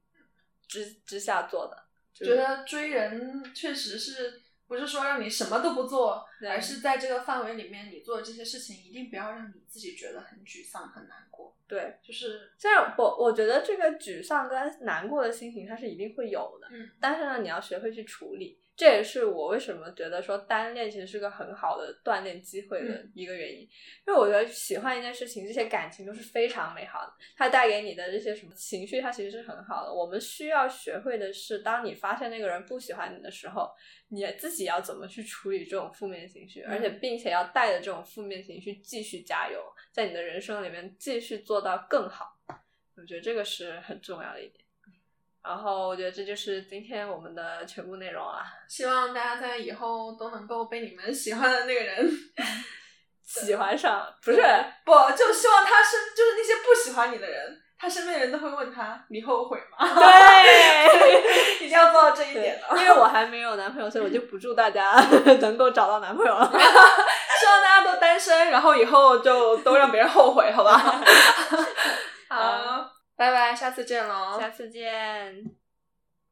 之之下做的。就
觉
是
得追人确实是不是说让你什么都不做，
对
而是在这个范围里面，你做的这些事情一定不要让你自己觉得很沮丧、很难过，
对，
就是
虽然我我觉得这个沮丧跟难过的心情它是一定会有的，
嗯，
但是呢，你要学会去处理。这也是我为什么觉得说单恋其实是个很好的锻炼机会的一个原因，因为我觉得喜欢一件事情，这些感情都是非常美好的，它带给你的这些什么情绪，它其实是很好的。我们需要学会的是，当你发现那个人不喜欢你的时候，你自己要怎么去处理这种负面情绪，
嗯
而且并且要带着这种负面情绪继续加油，在你的人生里面继续做到更好。我觉得这个是很重要的一点。然后我觉得这就是今天我们的全部内容了。
希望大家在以后都能够被你们喜欢的那个人。
喜欢上不是
不，就希望他是就是那些不喜欢你的人，他身边的人都会问他：“你后悔吗？”
对
一定要做到这一
对
点啊了。，
因为我还没有男朋友，所以我就不祝大家 能够找到男朋友了。
希望大家都单身，然后以后就都让别人后 悔，好吧？好，拜拜，下次见喽，
下次见。